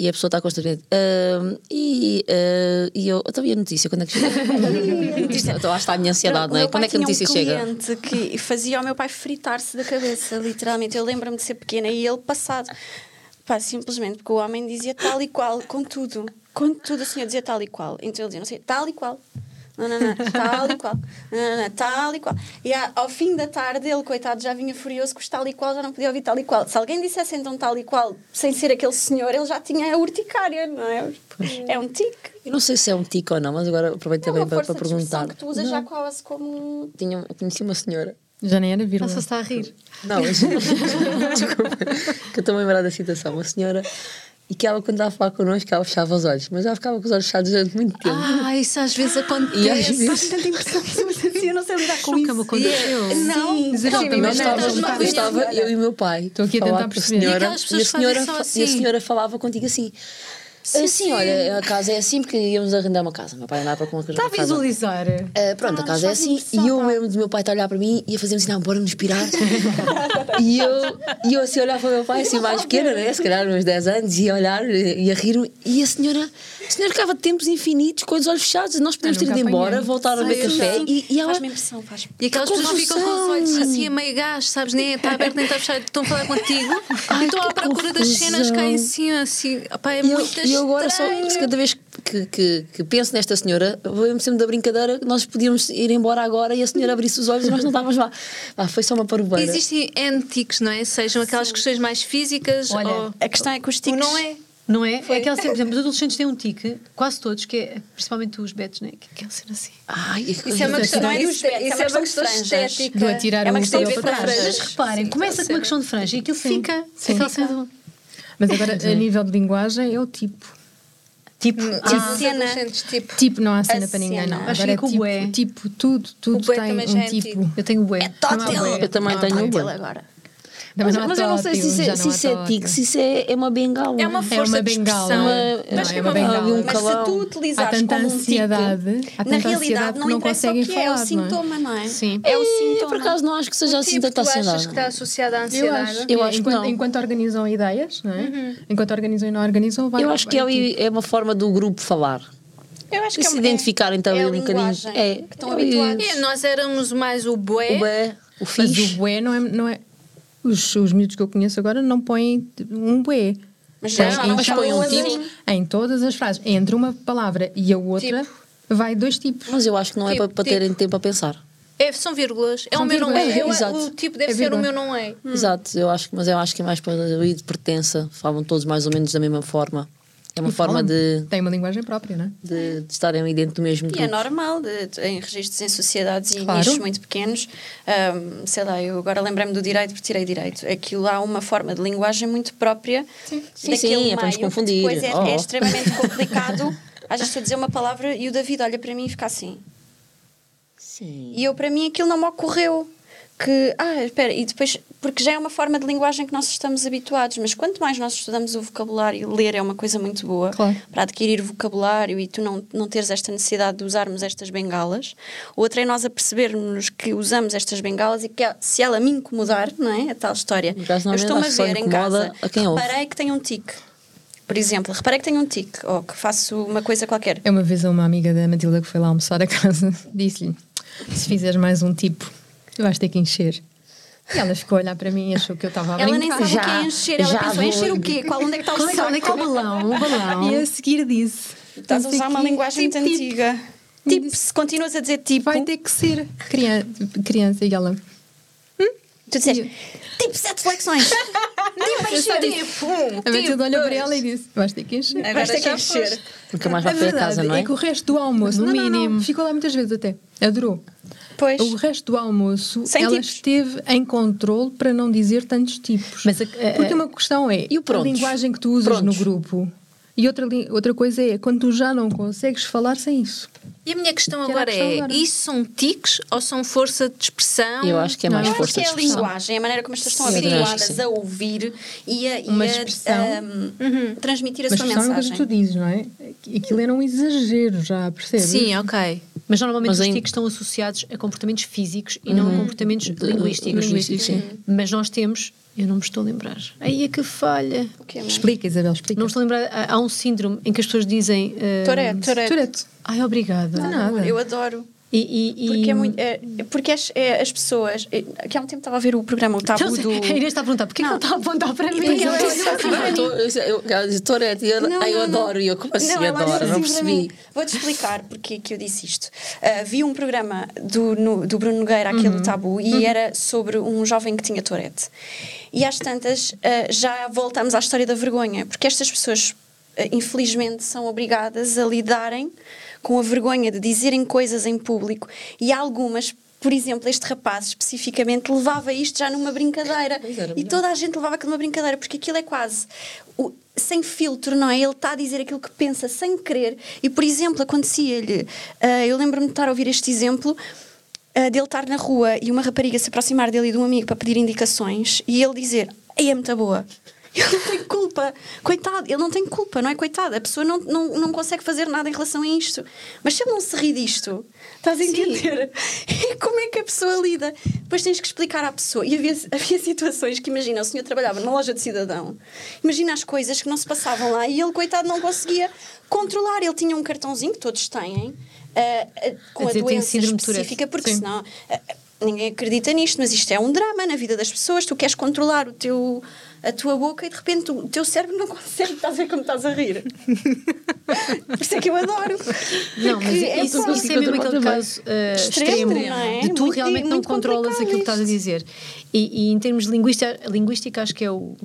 [SPEAKER 3] E a pessoa está constantemente. "Ahm, e, ah, e eu. Então e a notícia? Quando é que
[SPEAKER 1] *laughs*
[SPEAKER 3] chega? Isto é- então, lá está a minha
[SPEAKER 1] O
[SPEAKER 3] ansiedade, não é?
[SPEAKER 1] meu
[SPEAKER 3] Quando
[SPEAKER 1] pai
[SPEAKER 3] é que a
[SPEAKER 1] tinha
[SPEAKER 3] notícia
[SPEAKER 1] um
[SPEAKER 3] chega?
[SPEAKER 1] cliente que fazia ao meu pai fritar-se da cabeça, literalmente. Eu lembro-me de ser pequena e ele passado. Pá, simplesmente, porque o homem dizia tal e qual, com tudo. Com tudo, o senhor dizia tal e qual. Então ele dizia, não sei, tal e qual. Não, não, não, tal e qual. Não, não, não, tal e qual. E a- ao fim da tarde, ele, coitado, já vinha furioso com os tal e qual, já não podia ouvir tal e qual. Se alguém dissesse então tal e qual, sem ser aquele senhor, ele já tinha a urticária, não é? É um tique.
[SPEAKER 3] Eu não sei se é um tico ou não, mas agora aproveito
[SPEAKER 1] É
[SPEAKER 3] também
[SPEAKER 1] uma
[SPEAKER 3] para,
[SPEAKER 1] força
[SPEAKER 3] para
[SPEAKER 1] de expressão
[SPEAKER 3] perguntar.
[SPEAKER 1] que tu usas já quase como um-
[SPEAKER 3] Tinha, conheci uma senhora.
[SPEAKER 2] Já nem era
[SPEAKER 5] Ela
[SPEAKER 2] vírgula.
[SPEAKER 5] só está a rir.
[SPEAKER 3] Não, mas, *laughs* desculpa, que eu estou a lembrar da citação. Uma senhora. E que ela, quando estava a falar connosco, ela fechava os olhos. Mas ela ficava com os olhos fechados durante muito tempo.
[SPEAKER 4] Ah, isso às vezes
[SPEAKER 1] Ah,
[SPEAKER 4] acontece.
[SPEAKER 3] e às vezes.
[SPEAKER 1] tanta impressão que eu sentia, não sei lidar com
[SPEAKER 5] Nunca me
[SPEAKER 1] isso.
[SPEAKER 5] aconteceu.
[SPEAKER 4] Não,
[SPEAKER 1] Sim,
[SPEAKER 4] mas
[SPEAKER 1] não,
[SPEAKER 4] assim,
[SPEAKER 3] Nós
[SPEAKER 4] mas não
[SPEAKER 3] estávamos,
[SPEAKER 4] estás
[SPEAKER 3] eu
[SPEAKER 4] numa
[SPEAKER 3] estava,
[SPEAKER 1] vez.
[SPEAKER 3] eu e o meu pai.
[SPEAKER 2] Estou aqui a
[SPEAKER 3] falar
[SPEAKER 2] tentar
[SPEAKER 3] com a
[SPEAKER 2] perceber.
[SPEAKER 3] senhora,
[SPEAKER 4] E aquelas
[SPEAKER 3] e, a
[SPEAKER 4] pessoas
[SPEAKER 3] senhora,
[SPEAKER 4] fazem só
[SPEAKER 3] fa-
[SPEAKER 4] assim.
[SPEAKER 3] e a senhora falava contigo assim. Sim, olha, a casa é assim, porque íamos arrendar uma casa. Meu pai andava para com uma
[SPEAKER 5] Está a
[SPEAKER 3] casa.
[SPEAKER 5] visualizar.
[SPEAKER 3] Ah, pronto, a casa é
[SPEAKER 1] faz
[SPEAKER 3] assim.
[SPEAKER 1] impressão,
[SPEAKER 3] E eu
[SPEAKER 1] pá.
[SPEAKER 3] mesmo do meu pai está a olhar para mim e a fazer-me assim, não, bora nos pirar. *laughs* e, eu, e eu assim a olhar para o meu pai, assim mais pequena, né? se calhar uns 10 anos, e a olhar e e a rir. E a senhora, a senhora ficava tempos infinitos, com os olhos fechados. Nós podemos
[SPEAKER 2] Eu
[SPEAKER 3] ter
[SPEAKER 2] nunca
[SPEAKER 3] ido embora,
[SPEAKER 2] apanhei.
[SPEAKER 3] voltar a beber café. E, e ela,
[SPEAKER 1] Faz-me impressão, faz-me.
[SPEAKER 4] E aquelas
[SPEAKER 3] Que
[SPEAKER 4] pessoas ficam com os olhos
[SPEAKER 3] confusão!
[SPEAKER 4] assim a meio gás, sabes? Nem é, está aberto, nem está fechado. Estão a falar contigo e estão à
[SPEAKER 3] que
[SPEAKER 4] procura das cenas cá em cima, assim. Opá, é
[SPEAKER 3] E eu,
[SPEAKER 4] muito
[SPEAKER 3] e eu agora só
[SPEAKER 4] estranho.
[SPEAKER 3] cada vez que, que, que penso nesta senhora, lembro-me sempre da brincadeira que nós podíamos ir embora agora e a senhora abrisse os olhos e nós não estávamos lá. Ah, foi só uma parboeira.
[SPEAKER 4] Existem antiques, não é? Sejam aquelas questões mais físicas
[SPEAKER 5] Olha,
[SPEAKER 4] ou.
[SPEAKER 1] A questão é que os
[SPEAKER 4] ou
[SPEAKER 1] tiques...
[SPEAKER 4] não é?
[SPEAKER 5] Não é? É Aquela cena, por exemplo, os adolescentes têm um tique, quase todos, que é principalmente os betos, não é? Que é aquela cena assim.
[SPEAKER 3] Ai,
[SPEAKER 4] Isso é uma questão,
[SPEAKER 1] Não é dos
[SPEAKER 4] isso é-
[SPEAKER 1] betos,
[SPEAKER 4] isso é uma questão
[SPEAKER 1] de franjas.
[SPEAKER 4] estética.
[SPEAKER 2] Do atirar
[SPEAKER 1] É uma
[SPEAKER 2] um
[SPEAKER 1] questão de ver
[SPEAKER 2] pelo para
[SPEAKER 1] franjas.
[SPEAKER 2] trás.
[SPEAKER 5] Mas reparem,
[SPEAKER 4] sim,
[SPEAKER 5] começa com uma questão de franja e aquilo fica.
[SPEAKER 2] Sim.
[SPEAKER 5] Aquela cena do-
[SPEAKER 2] Mas agora, a nível de linguagem, é o tipo.
[SPEAKER 5] Tipo,
[SPEAKER 1] Ah,
[SPEAKER 4] Os
[SPEAKER 1] cena.
[SPEAKER 4] adolescentes, tipo.
[SPEAKER 2] Tipo, não há cena
[SPEAKER 1] A
[SPEAKER 2] para ninguém,
[SPEAKER 1] cena.
[SPEAKER 2] não.
[SPEAKER 5] Acho
[SPEAKER 2] Agora é
[SPEAKER 5] que o bué.
[SPEAKER 2] tipo, tipo, tudo, tudo
[SPEAKER 4] O bué
[SPEAKER 2] tem
[SPEAKER 4] também já
[SPEAKER 2] um
[SPEAKER 4] é
[SPEAKER 2] tipo.
[SPEAKER 4] antigo.
[SPEAKER 5] eu tenho o É
[SPEAKER 1] tótil.
[SPEAKER 3] Eu também tenho
[SPEAKER 1] Tótil
[SPEAKER 3] uma.
[SPEAKER 1] agora.
[SPEAKER 3] Mas, mas eu não sei se isso
[SPEAKER 2] já
[SPEAKER 3] é,
[SPEAKER 2] não
[SPEAKER 3] se isso é
[SPEAKER 2] tótil.
[SPEAKER 3] tique, se isso é, é uma bengala.
[SPEAKER 4] É uma
[SPEAKER 2] É
[SPEAKER 4] força
[SPEAKER 2] uma
[SPEAKER 4] de
[SPEAKER 2] bengala.
[SPEAKER 4] expressão.
[SPEAKER 2] Não,
[SPEAKER 4] Mas
[SPEAKER 2] é
[SPEAKER 4] como-
[SPEAKER 2] uma bengala.
[SPEAKER 3] um
[SPEAKER 1] Mas se tu
[SPEAKER 3] calão.
[SPEAKER 2] Há
[SPEAKER 1] utilizares
[SPEAKER 2] tanta
[SPEAKER 1] como um
[SPEAKER 2] ansiedade,
[SPEAKER 1] tique,
[SPEAKER 2] há
[SPEAKER 1] na
[SPEAKER 2] tanta
[SPEAKER 1] realidade
[SPEAKER 2] ansiedade
[SPEAKER 1] não
[SPEAKER 2] que não
[SPEAKER 1] interessa o
[SPEAKER 2] conseguem
[SPEAKER 1] que é, é o
[SPEAKER 2] falar, não é?
[SPEAKER 1] sintoma, não é?
[SPEAKER 2] Sim.
[SPEAKER 1] É o
[SPEAKER 3] E,
[SPEAKER 1] sintoma.
[SPEAKER 3] por acaso não acho que seja
[SPEAKER 4] O
[SPEAKER 3] assim
[SPEAKER 4] tipo
[SPEAKER 3] tanta
[SPEAKER 4] que tu achas que
[SPEAKER 3] ansiedade.
[SPEAKER 4] está associado à
[SPEAKER 2] Eu
[SPEAKER 4] ansiedade?
[SPEAKER 2] acho, é
[SPEAKER 3] Eu acho que
[SPEAKER 2] enquanto,
[SPEAKER 3] não.
[SPEAKER 2] enquanto organizam ideias, não é? Enquanto organizam e não organizam, vai.
[SPEAKER 3] Eu acho que
[SPEAKER 2] vai-
[SPEAKER 3] é, é uma forma do grupo falar.
[SPEAKER 1] Eu acho
[SPEAKER 3] E
[SPEAKER 1] que é
[SPEAKER 3] se
[SPEAKER 1] uma-
[SPEAKER 3] identificarem também
[SPEAKER 1] é a
[SPEAKER 3] um bocadinho.
[SPEAKER 1] linguagem
[SPEAKER 3] É,
[SPEAKER 1] que estão
[SPEAKER 3] é
[SPEAKER 1] habituados.
[SPEAKER 4] É, nós éramos mais o bué.
[SPEAKER 3] O bué, o
[SPEAKER 2] Mas o
[SPEAKER 3] fixe.
[SPEAKER 2] bué não é. Não é os, os miúdos que eu conheço agora não põem um bué.
[SPEAKER 1] Mas
[SPEAKER 2] Põem
[SPEAKER 1] já assim.
[SPEAKER 2] em
[SPEAKER 1] não
[SPEAKER 3] põem um
[SPEAKER 2] todas-
[SPEAKER 3] tipo.
[SPEAKER 2] Em todas as frases. Entre uma palavra e a outra,
[SPEAKER 1] Tipo?
[SPEAKER 2] vai dois tipos.
[SPEAKER 3] Mas eu acho que não é
[SPEAKER 4] Tipo,
[SPEAKER 3] para, para terem tempo a pensar.
[SPEAKER 4] É, são vírgulas. É
[SPEAKER 2] São
[SPEAKER 4] o meu não
[SPEAKER 2] vírgulas,
[SPEAKER 4] é.
[SPEAKER 3] é,
[SPEAKER 4] Eu-
[SPEAKER 3] exato.
[SPEAKER 4] o tipo deve
[SPEAKER 2] É
[SPEAKER 4] ser o
[SPEAKER 2] vírgula.
[SPEAKER 4] meu não é.
[SPEAKER 1] hum.
[SPEAKER 3] Exato, eu acho, que- mas eu acho que é mais para o de pertença. Falam todos mais ou menos da mesma forma. É uma
[SPEAKER 2] E
[SPEAKER 3] forma
[SPEAKER 2] falam.
[SPEAKER 3] de,
[SPEAKER 2] Tem uma linguagem própria, não é?
[SPEAKER 3] de, de estarem dentro do
[SPEAKER 1] E
[SPEAKER 3] mesmo
[SPEAKER 1] é
[SPEAKER 3] grupo.
[SPEAKER 1] normal, de- de- em registros em sociedades e
[SPEAKER 2] Claro.
[SPEAKER 1] nichos muito pequenos. ahm, sei lá, eu agora lembrei-me do direito porque tirei direito. Aquilo há uma forma de linguagem muito própria
[SPEAKER 3] Sim,
[SPEAKER 1] daquele
[SPEAKER 3] sim, é para
[SPEAKER 1] meio,
[SPEAKER 3] nos
[SPEAKER 1] que
[SPEAKER 3] confundir.
[SPEAKER 1] Depois é,
[SPEAKER 3] Oh.
[SPEAKER 1] é
[SPEAKER 3] *laughs*
[SPEAKER 1] extremamente complicado. Às vezes estou a dizer uma palavra e o David olha para mim e fica assim.
[SPEAKER 3] Sim.
[SPEAKER 1] E eu, para mim, aquilo não me ocorreu. Que, ah, espera, e depois, porque já é uma forma de linguagem que nós estamos habituados, mas quanto mais nós estudamos o vocabulário, ler é uma coisa muito boa
[SPEAKER 2] Claro.
[SPEAKER 1] para adquirir vocabulário e tu não, não teres esta necessidade de usarmos estas bengalas. Outra é nós a percebermos que usamos estas bengalas e que se ela me incomodar, não é? A tal história.
[SPEAKER 3] No caso,
[SPEAKER 1] Eu
[SPEAKER 3] normalmente,
[SPEAKER 1] estou-me a
[SPEAKER 3] acho que só
[SPEAKER 1] ver em
[SPEAKER 3] incomoda
[SPEAKER 1] casa,
[SPEAKER 3] a quem ouve.
[SPEAKER 1] reparei que tenho um tique. Por exemplo, reparei que tenho um tique ou que faço uma coisa qualquer.
[SPEAKER 2] Eu É uma vez a uma amiga da Matilda que foi lá almoçar a casa *laughs* disse-lhe: Se fizeres mais um tipo, vais ter que encher. E ela ficou a olhar para mim e achou que eu estava a
[SPEAKER 1] Ela
[SPEAKER 2] brincar.
[SPEAKER 1] nem sabe o que é
[SPEAKER 3] Já,
[SPEAKER 1] encher. Ela
[SPEAKER 3] já
[SPEAKER 1] pensou
[SPEAKER 3] vou-
[SPEAKER 1] encher o quê? Qual, onde é que está o saco?
[SPEAKER 2] é que é o balão?
[SPEAKER 5] um
[SPEAKER 2] O balão. *laughs* E é a seguir disse:
[SPEAKER 1] Estás a usar uma linguagem muito
[SPEAKER 2] Então tipo,
[SPEAKER 1] antiga. Tipo, se continuas a dizer tipo,
[SPEAKER 2] Vai ter que ser criança. criança. E ela:
[SPEAKER 1] tu disseste tipo sete
[SPEAKER 2] *laughs*
[SPEAKER 1] flexões. tipo encher. Tipo,
[SPEAKER 2] A Matilda olhou para ela e disse: Vais ter que encher.
[SPEAKER 1] Agora
[SPEAKER 2] Vais ter que
[SPEAKER 1] já foste.
[SPEAKER 3] Nunca mais vai
[SPEAKER 2] A
[SPEAKER 3] para a
[SPEAKER 2] verdade
[SPEAKER 3] casa, não é?
[SPEAKER 2] que o resto do almoço, no
[SPEAKER 5] Não, não,
[SPEAKER 2] mínimo,
[SPEAKER 5] não.
[SPEAKER 2] ficou lá muitas vezes até. Adorou.
[SPEAKER 1] Pois.
[SPEAKER 2] O resto do almoço,
[SPEAKER 1] Sem
[SPEAKER 2] ela
[SPEAKER 1] tipos.
[SPEAKER 2] esteve em controle para não dizer tantos tipos.
[SPEAKER 5] Mas a- a-
[SPEAKER 2] Porque uma questão é
[SPEAKER 3] E o
[SPEAKER 2] a
[SPEAKER 3] prontos?
[SPEAKER 2] linguagem que tu usas
[SPEAKER 3] Prontos.
[SPEAKER 2] no grupo. E outra, li- outra coisa é quando tu já não consegues falar sem isso.
[SPEAKER 4] E a minha questão
[SPEAKER 2] Que era a
[SPEAKER 4] agora
[SPEAKER 2] questão
[SPEAKER 4] é:
[SPEAKER 2] agora.
[SPEAKER 4] isso são tiques ou são força de expressão?
[SPEAKER 3] Eu acho que é
[SPEAKER 2] Não,
[SPEAKER 3] mais
[SPEAKER 1] Eu acho
[SPEAKER 3] força
[SPEAKER 1] que é
[SPEAKER 3] de
[SPEAKER 1] a
[SPEAKER 3] expressão.
[SPEAKER 1] linguagem, a maneira como as pessoas estão
[SPEAKER 3] Sim. Acho que
[SPEAKER 1] habituadas
[SPEAKER 3] sim.
[SPEAKER 1] a ouvir e a, e
[SPEAKER 2] Uma
[SPEAKER 1] a,
[SPEAKER 2] expressão.
[SPEAKER 1] um, transmitir a
[SPEAKER 2] Mas
[SPEAKER 1] sua
[SPEAKER 2] só é uma coisa
[SPEAKER 1] mensagem.
[SPEAKER 2] que tu dizes, não é? Aquilo era um exagero, já percebes?
[SPEAKER 4] Sim, ok.
[SPEAKER 5] Mas normalmente
[SPEAKER 3] Mas
[SPEAKER 5] os
[SPEAKER 3] em-
[SPEAKER 5] tiques estão associados a comportamentos físicos e não a comportamentos linguísticos.
[SPEAKER 3] linguísticos, sim.
[SPEAKER 5] Mas nós temos, eu não me estou a lembrar. Aí é que falha.
[SPEAKER 1] Que é uma-
[SPEAKER 2] Explica, Isabel, explica.
[SPEAKER 5] Não me estou a lembrar. Há- Há um síndrome em que as pessoas dizem. ah,
[SPEAKER 1] Tourette. Tourette.
[SPEAKER 2] Tourette.
[SPEAKER 5] Ai, obrigada.
[SPEAKER 2] Não, nada.
[SPEAKER 1] Eu adoro.
[SPEAKER 5] E, e- e-
[SPEAKER 1] Porque, é muito, é- porque as, é, as pessoas. é, que há um tempo estava a ver o programa O Tabu
[SPEAKER 5] *laughs* Não sei,
[SPEAKER 1] do.
[SPEAKER 5] A Inês está a perguntar: porquê que ele está a apontar para mim?
[SPEAKER 1] porque
[SPEAKER 2] *laughs*
[SPEAKER 1] ela-
[SPEAKER 3] Ah, Eu tô- eu- eu- ela disse, Tourette, e eu,
[SPEAKER 1] Não,
[SPEAKER 3] ai, eu
[SPEAKER 1] não, não.
[SPEAKER 3] adoro, e eu como assim
[SPEAKER 1] ela
[SPEAKER 3] adoro,
[SPEAKER 1] disse
[SPEAKER 3] não
[SPEAKER 1] assim para
[SPEAKER 3] percebi.
[SPEAKER 1] mim. Vou-te explicar porque é que eu disse isto. Ah, vi um programa do, no- do Bruno Nogueira, aquele
[SPEAKER 3] Uhum.
[SPEAKER 1] tabu, e era sobre um jovem que tinha Tourette. E às tantas, ah, já voltamos à história da vergonha, porque estas pessoas, ah, infelizmente, são obrigadas a lidarem com a vergonha de dizerem coisas em público e há algumas. Por exemplo, este rapaz especificamente levava isto já numa brincadeira.
[SPEAKER 3] Pois era
[SPEAKER 1] E
[SPEAKER 3] melhor.
[SPEAKER 1] toda a gente levava aquilo numa brincadeira, porque aquilo é quase o- sem filtro, não é? Ele está a dizer aquilo que pensa sem querer. E, por exemplo, acontecia-lhe, ah, eu lembro-me de estar a ouvir este exemplo. ah, dele estar na rua e uma rapariga se aproximar dele e de um amigo para pedir indicações e ele dizer, "Ei, é muito boa *laughs* ele não tem culpa, coitado ele não tem culpa, não é coitado, a pessoa não, não, não consegue fazer nada em relação a isto mas se ele não se ri disto estás a entender? *laughs* E como é que a pessoa lida? Depois tens que explicar à pessoa. E havia, *laughs* havia situações que, imagina, o senhor trabalhava numa loja de cidadão, imagina as coisas que não se passavam lá e ele, coitado, não conseguia controlar. Ele tinha um cartãozinho que todos têm, ah, ah, com
[SPEAKER 5] A
[SPEAKER 1] a,
[SPEAKER 5] dizer, tem
[SPEAKER 1] doença
[SPEAKER 5] síndrome de Tourette.
[SPEAKER 1] específica, porque
[SPEAKER 5] Sim.
[SPEAKER 1] senão. ah, ah, Ninguém acredita nisto, mas isto é um drama na vida das pessoas. Tu queres controlar o teu, a tua boca e de repente o teu cérebro não *laughs* consegue. Estás a ver como estás a
[SPEAKER 5] *laughs*
[SPEAKER 1] rir? Por isso é que eu adoro.
[SPEAKER 5] Não, mas
[SPEAKER 1] Porque é
[SPEAKER 5] isso,
[SPEAKER 1] só-
[SPEAKER 5] isso é mesmo aquele caso ah,
[SPEAKER 1] Extremo,
[SPEAKER 5] extremo,
[SPEAKER 1] não é?
[SPEAKER 5] de tu
[SPEAKER 1] Muito-
[SPEAKER 5] realmente não
[SPEAKER 1] muito
[SPEAKER 5] controlas
[SPEAKER 1] complicado
[SPEAKER 5] aquilo que estás a dizer. E, e em termos de linguística, linguística acho que é o,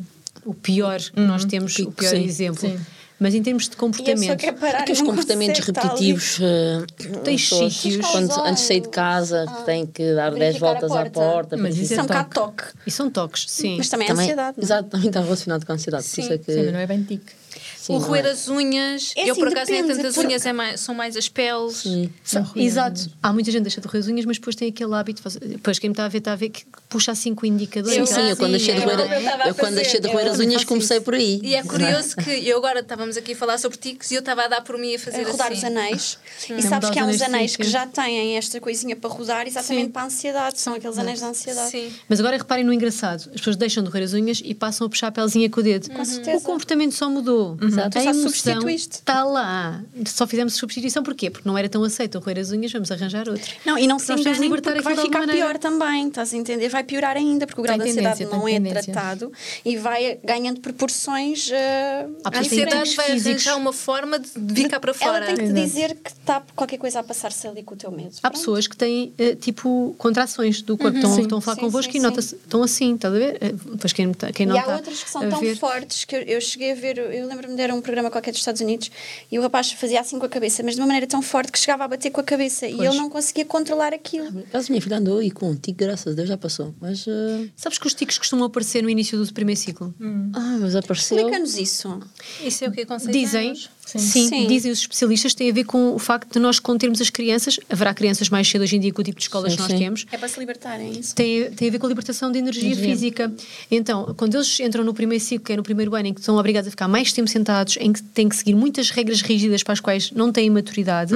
[SPEAKER 5] o pior que nós temos, o pior
[SPEAKER 3] sim,
[SPEAKER 5] exemplo. Mas em termos
[SPEAKER 1] E a
[SPEAKER 5] de
[SPEAKER 1] pessoa
[SPEAKER 5] comportamento,
[SPEAKER 1] quer parar
[SPEAKER 3] Aqueles
[SPEAKER 1] e não
[SPEAKER 3] comportamentos
[SPEAKER 1] consegue, está ali.
[SPEAKER 3] repetitivos. eh,
[SPEAKER 5] Tens
[SPEAKER 3] pessoas
[SPEAKER 5] sítios.
[SPEAKER 3] quando Antes de sair de casa,
[SPEAKER 1] Ah.
[SPEAKER 3] que têm que dar 10
[SPEAKER 1] Verificar a
[SPEAKER 3] voltas à
[SPEAKER 1] porta.
[SPEAKER 3] porta.
[SPEAKER 2] Mas
[SPEAKER 3] para
[SPEAKER 1] Isso
[SPEAKER 2] isso
[SPEAKER 1] é um
[SPEAKER 2] toque.
[SPEAKER 1] bocado toque.
[SPEAKER 5] e são toques, sim.
[SPEAKER 1] Mas também, é ansiedade. não é?
[SPEAKER 3] Exato, também está relacionado com a ansiedade. por isso é que-
[SPEAKER 2] Sim, mas não é bem tique.
[SPEAKER 3] sim,
[SPEAKER 4] o
[SPEAKER 3] não é.
[SPEAKER 4] roer as unhas.
[SPEAKER 1] É
[SPEAKER 4] eu,
[SPEAKER 1] assim,
[SPEAKER 4] por acaso, nem
[SPEAKER 1] depende,
[SPEAKER 4] tantas
[SPEAKER 1] porque-
[SPEAKER 4] unhas, é mais- são mais as peles.
[SPEAKER 3] Sim.
[SPEAKER 5] São- Exato. Há muita gente que deixa de roer as unhas, mas depois tem aquele hábito. faz- Depois quem me está a ver está a ver que puxa assim com o indicador.
[SPEAKER 3] Sim,
[SPEAKER 4] Eu-
[SPEAKER 3] sim, eu quando
[SPEAKER 4] sim,
[SPEAKER 3] deixei de
[SPEAKER 4] é
[SPEAKER 3] roer,
[SPEAKER 4] como eu estava a
[SPEAKER 3] eu quando
[SPEAKER 4] fazer,
[SPEAKER 3] deixei de
[SPEAKER 4] eu
[SPEAKER 3] roer as
[SPEAKER 4] também
[SPEAKER 3] unhas
[SPEAKER 5] faço
[SPEAKER 3] comecei por aí.
[SPEAKER 4] E é curioso que eu agora estávamos aqui a falar sobre tiques e eu estava a dar por mim a fazer
[SPEAKER 1] A É rodar
[SPEAKER 4] assim.
[SPEAKER 1] os anéis. E
[SPEAKER 5] Não
[SPEAKER 1] sabes
[SPEAKER 5] mudar
[SPEAKER 1] que há
[SPEAKER 5] os
[SPEAKER 1] uns
[SPEAKER 5] anéis de
[SPEAKER 1] anéis que
[SPEAKER 5] sítio.
[SPEAKER 1] já têm esta coisinha para rodar exatamente para a ansiedade. São aqueles anéis da ansiedade.
[SPEAKER 4] Sim.
[SPEAKER 5] Mas agora reparem no engraçado: as pessoas deixam de roer as unhas e passam a puxar a pelzinha com o dedo.
[SPEAKER 1] certeza. Uhum.
[SPEAKER 5] O comportamento só mudou.
[SPEAKER 3] Exato.
[SPEAKER 1] Tu
[SPEAKER 5] A
[SPEAKER 1] já
[SPEAKER 5] emoção
[SPEAKER 1] substituíste.
[SPEAKER 5] está lá. Só fizemos substituição porquê? Porque não era tão aceito roer as unhas, vamos arranjar outro.
[SPEAKER 1] Não, e não se
[SPEAKER 5] Nós temos de
[SPEAKER 1] enganem
[SPEAKER 5] libertar
[SPEAKER 1] porque vai
[SPEAKER 5] aquilo de
[SPEAKER 1] ficar
[SPEAKER 5] alguma
[SPEAKER 1] pior
[SPEAKER 5] maneira.
[SPEAKER 1] também, estás a entender? Vai piorar ainda, porque o grau
[SPEAKER 2] Tem
[SPEAKER 1] de ansiedade
[SPEAKER 2] tendência,
[SPEAKER 1] não
[SPEAKER 2] tem
[SPEAKER 1] é
[SPEAKER 2] tendência.
[SPEAKER 1] tratado e vai ganhando proporções eh,
[SPEAKER 5] Há pessoas que
[SPEAKER 4] A
[SPEAKER 5] têm
[SPEAKER 1] diferentes.
[SPEAKER 4] ansiedade
[SPEAKER 5] ataques
[SPEAKER 4] vai
[SPEAKER 5] físicos.
[SPEAKER 4] arranjar uma forma de vir cá para
[SPEAKER 1] Ela
[SPEAKER 4] fora.
[SPEAKER 1] tem que te
[SPEAKER 2] Exato.
[SPEAKER 1] dizer que está qualquer coisa a passar-se ali com o teu medo.
[SPEAKER 5] Há
[SPEAKER 1] Pronto.
[SPEAKER 5] pessoas que têm, eh, tipo, contrações do corpo. Estão, estão a
[SPEAKER 1] Uhum.
[SPEAKER 5] falar
[SPEAKER 1] Sim,
[SPEAKER 5] convosco
[SPEAKER 1] sim,
[SPEAKER 5] e
[SPEAKER 1] sim.
[SPEAKER 5] nota-se- estão assim, estás a ver? Eh, Pois quem, não tá- quem não
[SPEAKER 1] E há
[SPEAKER 5] está
[SPEAKER 1] outras que são
[SPEAKER 5] a
[SPEAKER 1] tão
[SPEAKER 5] ver,
[SPEAKER 1] fortes que eu, eu cheguei a ver, eu lembro-me de era um programa qualquer dos Estados Unidos e o rapaz fazia assim com a cabeça, mas de uma maneira tão forte que chegava a bater com a cabeça e ele não conseguia controlar
[SPEAKER 5] Ah,
[SPEAKER 1] aquilo.
[SPEAKER 3] Caso minha filha andou e com um tico, graças a Deus já passou. Mas. eh,
[SPEAKER 5] Sabes que os tiques costumam aparecer no início do primeiro ciclo?
[SPEAKER 3] Ah, mas apareceu.
[SPEAKER 1] Explica-nos isso.
[SPEAKER 4] Isso é o que acontece.
[SPEAKER 5] Dizem, sim.
[SPEAKER 1] Sim.
[SPEAKER 5] dizem os especialistas, tem a ver com o facto de nós contermos as crianças, haverá crianças mais cedo hoje em dia com o tipo de escolas
[SPEAKER 3] Sim,
[SPEAKER 5] que nós
[SPEAKER 3] sim.
[SPEAKER 5] temos,
[SPEAKER 1] É para se libertarem isso.
[SPEAKER 5] tem, tem a ver com a libertação de energia física. Então, quando eles entram no primeiro ciclo, que é no primeiro ano, em que são obrigados a ficar mais tempo sentados, em que têm que seguir muitas regras rígidas para as quais não têm maturidade,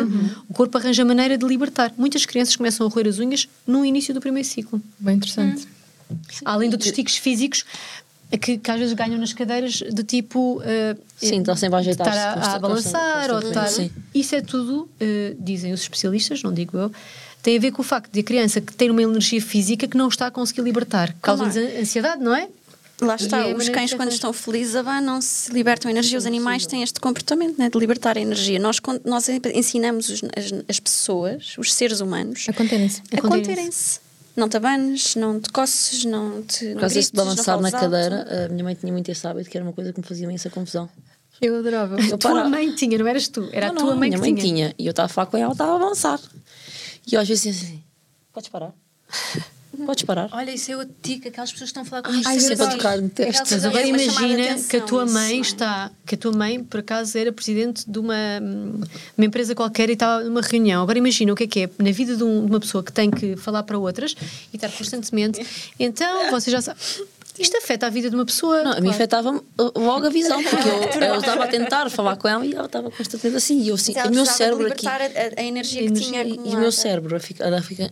[SPEAKER 5] o corpo arranja maneira de libertar. Muitas crianças começam a roer as unhas no início do primeiro ciclo.
[SPEAKER 2] Bem interessante.
[SPEAKER 5] Além de outros tiques físicos é que, que às vezes ganham nas cadeiras, do tipo. eh,
[SPEAKER 3] Sim, estão sempre a
[SPEAKER 5] de
[SPEAKER 3] ajeitar-se
[SPEAKER 5] estar a,
[SPEAKER 3] consta-
[SPEAKER 5] a balançar
[SPEAKER 3] consta-
[SPEAKER 5] ou de estar.
[SPEAKER 3] constantemente,
[SPEAKER 5] Isso é tudo, eh, dizem os especialistas, não digo eu, tem a ver com o facto de a criança que tem uma energia física que não está a conseguir libertar. Causa-lhes a- ansiedade, não é?
[SPEAKER 1] Lá
[SPEAKER 5] E é a
[SPEAKER 1] está, os
[SPEAKER 5] maneira
[SPEAKER 1] cães
[SPEAKER 5] que
[SPEAKER 1] quando
[SPEAKER 5] essas-
[SPEAKER 1] estão felizes abanam se libertam energia. Os animais têm este comportamento né, de libertar a energia. Nós, con- nós ensinamos os- as, as pessoas, os seres humanos,
[SPEAKER 2] A conterem-se.
[SPEAKER 1] a conterem-se. Não te abanes, não te coces, não te.
[SPEAKER 3] Por
[SPEAKER 1] Não
[SPEAKER 3] causa disso
[SPEAKER 1] grites,
[SPEAKER 3] de
[SPEAKER 1] não
[SPEAKER 3] balançar na
[SPEAKER 1] falas alto.
[SPEAKER 3] cadeira, eh, a minha mãe tinha muito esse hábito, que era uma coisa que me fazia imensa confusão.
[SPEAKER 2] Eu adorava.
[SPEAKER 3] Eu
[SPEAKER 5] *laughs* tua
[SPEAKER 3] parava.
[SPEAKER 5] mãe tinha, não eras tu, era
[SPEAKER 3] Não,
[SPEAKER 5] a tua
[SPEAKER 3] não,
[SPEAKER 5] mãe
[SPEAKER 3] minha
[SPEAKER 5] que
[SPEAKER 3] mãe
[SPEAKER 5] tinha.
[SPEAKER 3] tinha. E eu estava a falar com ela, estava a avançar. E eu às vezes dizia assim: podes parar? Podes parar?
[SPEAKER 4] Olha, isso é outro tico, aquelas pessoas que estão a falar com
[SPEAKER 3] ai, eu vou tocar no texto.
[SPEAKER 5] Mas agora
[SPEAKER 1] É uma chamada de
[SPEAKER 5] imagina
[SPEAKER 1] atenção,
[SPEAKER 5] que a tua
[SPEAKER 1] isso,
[SPEAKER 5] mãe
[SPEAKER 1] não é?
[SPEAKER 5] está, que a tua mãe por acaso era presidente de uma, hum, uma empresa qualquer e estava numa reunião. Agora imagina o que é que é na vida de, um- de uma pessoa que tem que falar para outras e estar
[SPEAKER 1] *laughs*
[SPEAKER 5] constantemente. Então, vocês já sabem. Isto afeta a vida de uma pessoa.
[SPEAKER 3] Não, a mim afetava-me uh, logo a visão, porque eu, eu estava a tentar falar com ela e ela estava constantemente assim. E eu assim,
[SPEAKER 1] Mas ela
[SPEAKER 3] o meu
[SPEAKER 1] precisava de
[SPEAKER 3] cérebro aqui.
[SPEAKER 1] libertar A, a- a energia que
[SPEAKER 3] energia-
[SPEAKER 1] tinha
[SPEAKER 3] e, e o
[SPEAKER 1] acumulada.
[SPEAKER 3] meu cérebro ela fica. Ela fica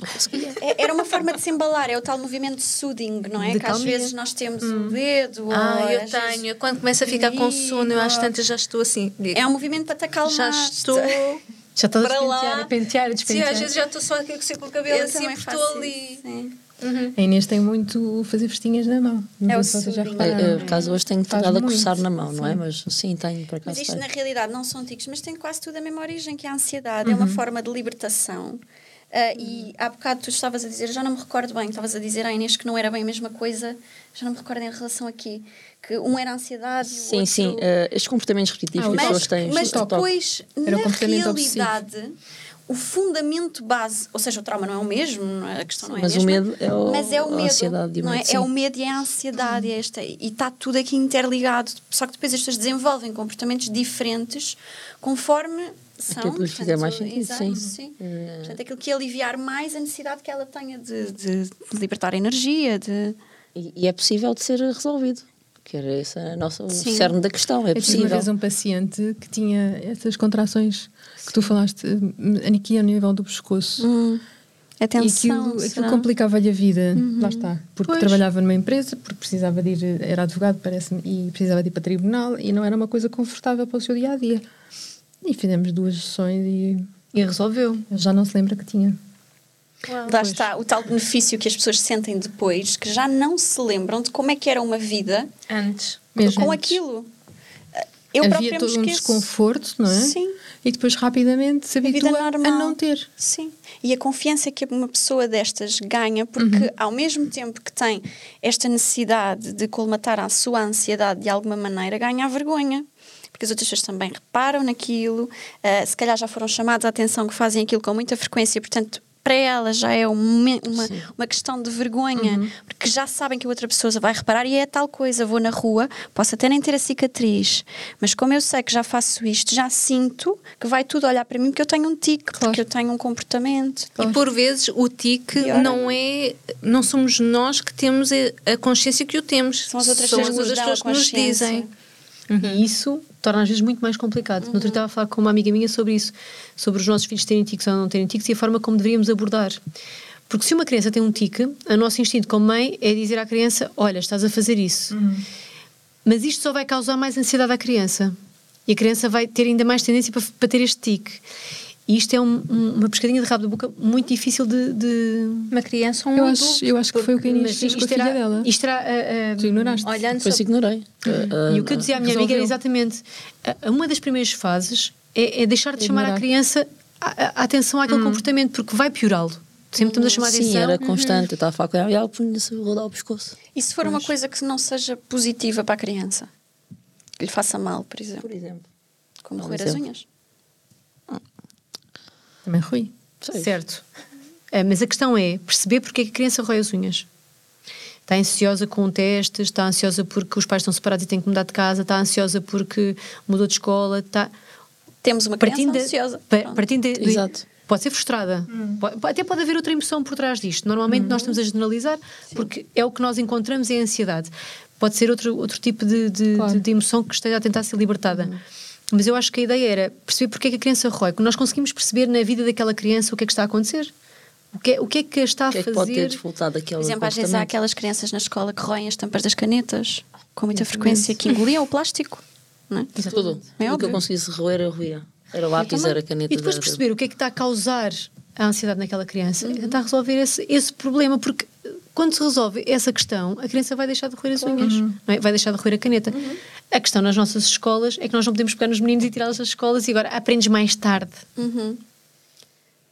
[SPEAKER 3] não conseguia.
[SPEAKER 1] É- Era uma forma de se embalar, é o tal movimento soothing, não é?
[SPEAKER 5] De
[SPEAKER 1] que às
[SPEAKER 5] calmia.
[SPEAKER 1] vezes nós temos o dedo. ou
[SPEAKER 4] Ah, eu
[SPEAKER 1] às vezes-
[SPEAKER 4] tenho. Quando começo a ficar com sono, eu às tantas já estou assim. digo,
[SPEAKER 1] É um movimento para te acalmar.
[SPEAKER 4] já estou.
[SPEAKER 5] já estás a
[SPEAKER 4] para lá.
[SPEAKER 5] pentear, a pentear, a
[SPEAKER 4] Sim,
[SPEAKER 5] despentear.
[SPEAKER 4] às vezes já estou só aqui com o cabelo
[SPEAKER 1] Eu
[SPEAKER 4] assim,
[SPEAKER 1] também
[SPEAKER 4] porque
[SPEAKER 1] faço
[SPEAKER 4] estou
[SPEAKER 1] isso,
[SPEAKER 4] ali.
[SPEAKER 1] sim.
[SPEAKER 2] A Inês tem muito fazer festinhas na mão. Não
[SPEAKER 1] É
[SPEAKER 2] sei
[SPEAKER 1] o
[SPEAKER 2] se vocês já
[SPEAKER 1] sudinho.
[SPEAKER 2] repararam.
[SPEAKER 3] *laughs* Eh, eh, por causa hoje tenho
[SPEAKER 2] Faz
[SPEAKER 3] nada a
[SPEAKER 2] muito,
[SPEAKER 3] coçar na mão, não é? Mas sim, tenho, por
[SPEAKER 1] Mas
[SPEAKER 3] acaso.
[SPEAKER 1] isto
[SPEAKER 3] tenho.
[SPEAKER 1] na realidade não são ticos, mas tem quase tudo a mesma origem, que é a ansiedade,
[SPEAKER 3] Uhum.
[SPEAKER 1] é uma forma de libertação. Ah, e há bocado tu estavas a dizer, já não me recordo bem, estavas a dizer à Inês que não era bem a mesma coisa, já não me recordo em relação aqui, que um era ansiedade e o
[SPEAKER 3] Sim,
[SPEAKER 1] outro...
[SPEAKER 3] sim. eh, estes comportamentos repetitivos
[SPEAKER 2] Ah,
[SPEAKER 3] que as
[SPEAKER 2] mas-
[SPEAKER 3] pessoas têm.
[SPEAKER 1] Mas
[SPEAKER 3] no toque.
[SPEAKER 1] depois,
[SPEAKER 2] Era um
[SPEAKER 1] na
[SPEAKER 2] comportamento obsessivo.
[SPEAKER 1] realidade, o fundamento base, ou seja, o trauma não é o mesmo, não é? a questão não é
[SPEAKER 3] mas
[SPEAKER 1] a
[SPEAKER 3] o
[SPEAKER 1] mesma,
[SPEAKER 3] medo é o-
[SPEAKER 1] mas é o
[SPEAKER 3] a
[SPEAKER 1] medo,
[SPEAKER 3] ansiedade e o
[SPEAKER 1] não é?
[SPEAKER 3] medo,
[SPEAKER 1] é
[SPEAKER 3] sim.
[SPEAKER 1] o medo e é a ansiedade, é esta, e está tudo aqui interligado, só que depois as pessoas desenvolvem comportamentos diferentes conforme são.
[SPEAKER 3] Aquilo que lhes fizer mais sentido,
[SPEAKER 1] exato,
[SPEAKER 3] sim. É.
[SPEAKER 1] Portanto, aquilo que aliviar mais a necessidade que ela tenha de, de- de libertar energia, de...
[SPEAKER 3] E, e é possível de ser resolvido. Que era esse a nossa, o
[SPEAKER 1] Sim.
[SPEAKER 3] cerne da questão. É
[SPEAKER 2] Eu tive uma
[SPEAKER 3] possível.
[SPEAKER 2] vez um paciente que tinha essas contrações que tu falaste hum, aqui ao nível do pescoço. e
[SPEAKER 1] Atenção,
[SPEAKER 2] aquilo, aquilo
[SPEAKER 1] Hum. será? Uhum.
[SPEAKER 2] complicava-lhe a vida, lá está. Porque
[SPEAKER 5] Pois.
[SPEAKER 2] trabalhava numa empresa, porque precisava de ir, era advogado, parece-me, e precisava de ir para tribunal e não era uma coisa confortável para o seu dia a dia. E fizemos duas sessões e
[SPEAKER 5] E resolveu.
[SPEAKER 2] ele já não se lembra que tinha.
[SPEAKER 1] Lá está o tal benefício que as pessoas sentem depois, que já não se lembram de como é que era uma vida
[SPEAKER 4] Antes.
[SPEAKER 2] Mesmo
[SPEAKER 1] com
[SPEAKER 2] antes.
[SPEAKER 1] aquilo. Eu
[SPEAKER 2] Havia
[SPEAKER 1] própria
[SPEAKER 2] todo
[SPEAKER 1] me
[SPEAKER 2] um
[SPEAKER 1] esqueço.
[SPEAKER 2] desconforto, não é?
[SPEAKER 1] Sim.
[SPEAKER 2] E depois rapidamente se
[SPEAKER 1] A vida
[SPEAKER 2] habitua a
[SPEAKER 1] normal.
[SPEAKER 2] não ter.
[SPEAKER 1] Sim. E a confiança que uma pessoa destas ganha, porque
[SPEAKER 2] Uhum.
[SPEAKER 1] ao mesmo tempo que tem esta necessidade de colmatar a sua ansiedade de alguma maneira, ganha a vergonha. Porque as outras pessoas também reparam naquilo, ah, se calhar já foram chamadas a atenção que fazem aquilo com muita frequência, portanto, para elas já é uma, uma, uma questão de vergonha, porque já sabem que a outra pessoa vai reparar e é tal coisa, vou na rua, posso até nem ter a cicatriz, mas como eu sei que já faço isto, já sinto que vai tudo olhar para mim porque eu tenho um tique, porque eu tenho um comportamento.
[SPEAKER 4] E por vezes o tique
[SPEAKER 1] Pior.
[SPEAKER 4] não é. Não somos nós que temos a a consciência que o temos.
[SPEAKER 1] São as outras
[SPEAKER 4] São
[SPEAKER 1] pessoas que nos dão a
[SPEAKER 4] pessoas que nos
[SPEAKER 1] consciência.
[SPEAKER 4] dizem.
[SPEAKER 2] Uhum.
[SPEAKER 5] E isso torna às vezes muito mais complicado. No outro dia estava a falar com uma amiga minha sobre isso, sobre os nossos filhos terem tiques ou não terem tiques e a forma como deveríamos abordar. Porque se uma
[SPEAKER 2] Uhum.
[SPEAKER 5] criança tem um tique, o nosso instinto como mãe é dizer à criança: Olha, estás a fazer isso. Mas isto só vai causar mais ansiedade à criança. E a criança vai ter ainda mais tendência para, para ter este tique. E isto é um- um- uma pescadinha de rabo de boca muito difícil de. de...
[SPEAKER 4] Uma criança ou um
[SPEAKER 2] Eu
[SPEAKER 4] adulto.
[SPEAKER 2] acho, eu acho que foi o que a Inês fez com a filha
[SPEAKER 5] terá-
[SPEAKER 2] dela.
[SPEAKER 5] isto terá, ah, ah,
[SPEAKER 2] Tu ignoraste.
[SPEAKER 4] Olhando
[SPEAKER 3] Depois
[SPEAKER 4] só-
[SPEAKER 3] ignorei. Ah,
[SPEAKER 5] E o que eu dizia à minha amiga era
[SPEAKER 2] Resolveu.
[SPEAKER 5] exatamente a- uma das primeiras fases é, é deixar de chamar à
[SPEAKER 2] Ignorar.
[SPEAKER 5] criança a, a atenção àquele comportamento, porque vai piorá-lo. Sempre estamos a chamar a
[SPEAKER 3] Sim,
[SPEAKER 5] atenção.
[SPEAKER 3] era constante. Eu estava a falar com ela e ela punha-se a rodar o pescoço.
[SPEAKER 1] E se for uma coisa que não seja positiva para a criança? Que lhe faça mal, por exemplo.
[SPEAKER 3] exemplo.
[SPEAKER 1] Como
[SPEAKER 3] Por
[SPEAKER 1] roer as
[SPEAKER 3] exemplo.
[SPEAKER 1] unhas.
[SPEAKER 2] Também Rui.
[SPEAKER 5] Certo. Ah, mas a questão é perceber porque é que a criança rói as unhas. Está ansiosa com o teste, está ansiosa porque os pais estão separados e tem que mudar de casa, está ansiosa porque mudou de escola, está.
[SPEAKER 1] Temos uma criança
[SPEAKER 5] partindo, da-
[SPEAKER 1] ansiosa.
[SPEAKER 5] pa-
[SPEAKER 1] Pronto. Hum.
[SPEAKER 5] partindo de- de-
[SPEAKER 3] Exato.
[SPEAKER 5] pode ser frustrada Po- até pode haver outra emoção por trás disto normalmente
[SPEAKER 1] Uhum.
[SPEAKER 5] nós estamos a generalizar porque é o que nós encontramos é a ansiedade pode ser outro, outro tipo de, de-
[SPEAKER 2] Claro.
[SPEAKER 5] de- de emoção que esteja a tentar ser libertada
[SPEAKER 1] Uhum.
[SPEAKER 5] mas eu acho que a ideia era perceber porque é que a criança rói nós conseguimos perceber na vida daquela criança o que é que está a acontecer o que é, o que, é que a está
[SPEAKER 3] O que
[SPEAKER 5] a
[SPEAKER 3] é que pode ter
[SPEAKER 5] fazer
[SPEAKER 3] desfrutado aquele
[SPEAKER 1] Por exemplo, às vezes há
[SPEAKER 3] comportamento?
[SPEAKER 1] aquelas crianças na escola que roem as tampas das canetas com muita frequência, que engoliam o plástico. Não é? É
[SPEAKER 3] Tudo. o que
[SPEAKER 1] óbvio.
[SPEAKER 3] eu conseguisse roer, eu roía. Era o lápis, era a caneta.
[SPEAKER 5] e depois
[SPEAKER 3] era-
[SPEAKER 5] perceber o que é que está a causar a ansiedade naquela criança
[SPEAKER 3] Uhum.
[SPEAKER 5] e tentar resolver esse, esse problema, porque eh, quando se resolve essa questão, a criança vai deixar de roer as unhas, não é? vai deixar de roer a caneta.
[SPEAKER 3] Uhum.
[SPEAKER 5] A questão nas nossas escolas é que nós não podemos pegar nos meninos e tirá-los das escolas e agora aprendes mais tarde.
[SPEAKER 3] Uhum.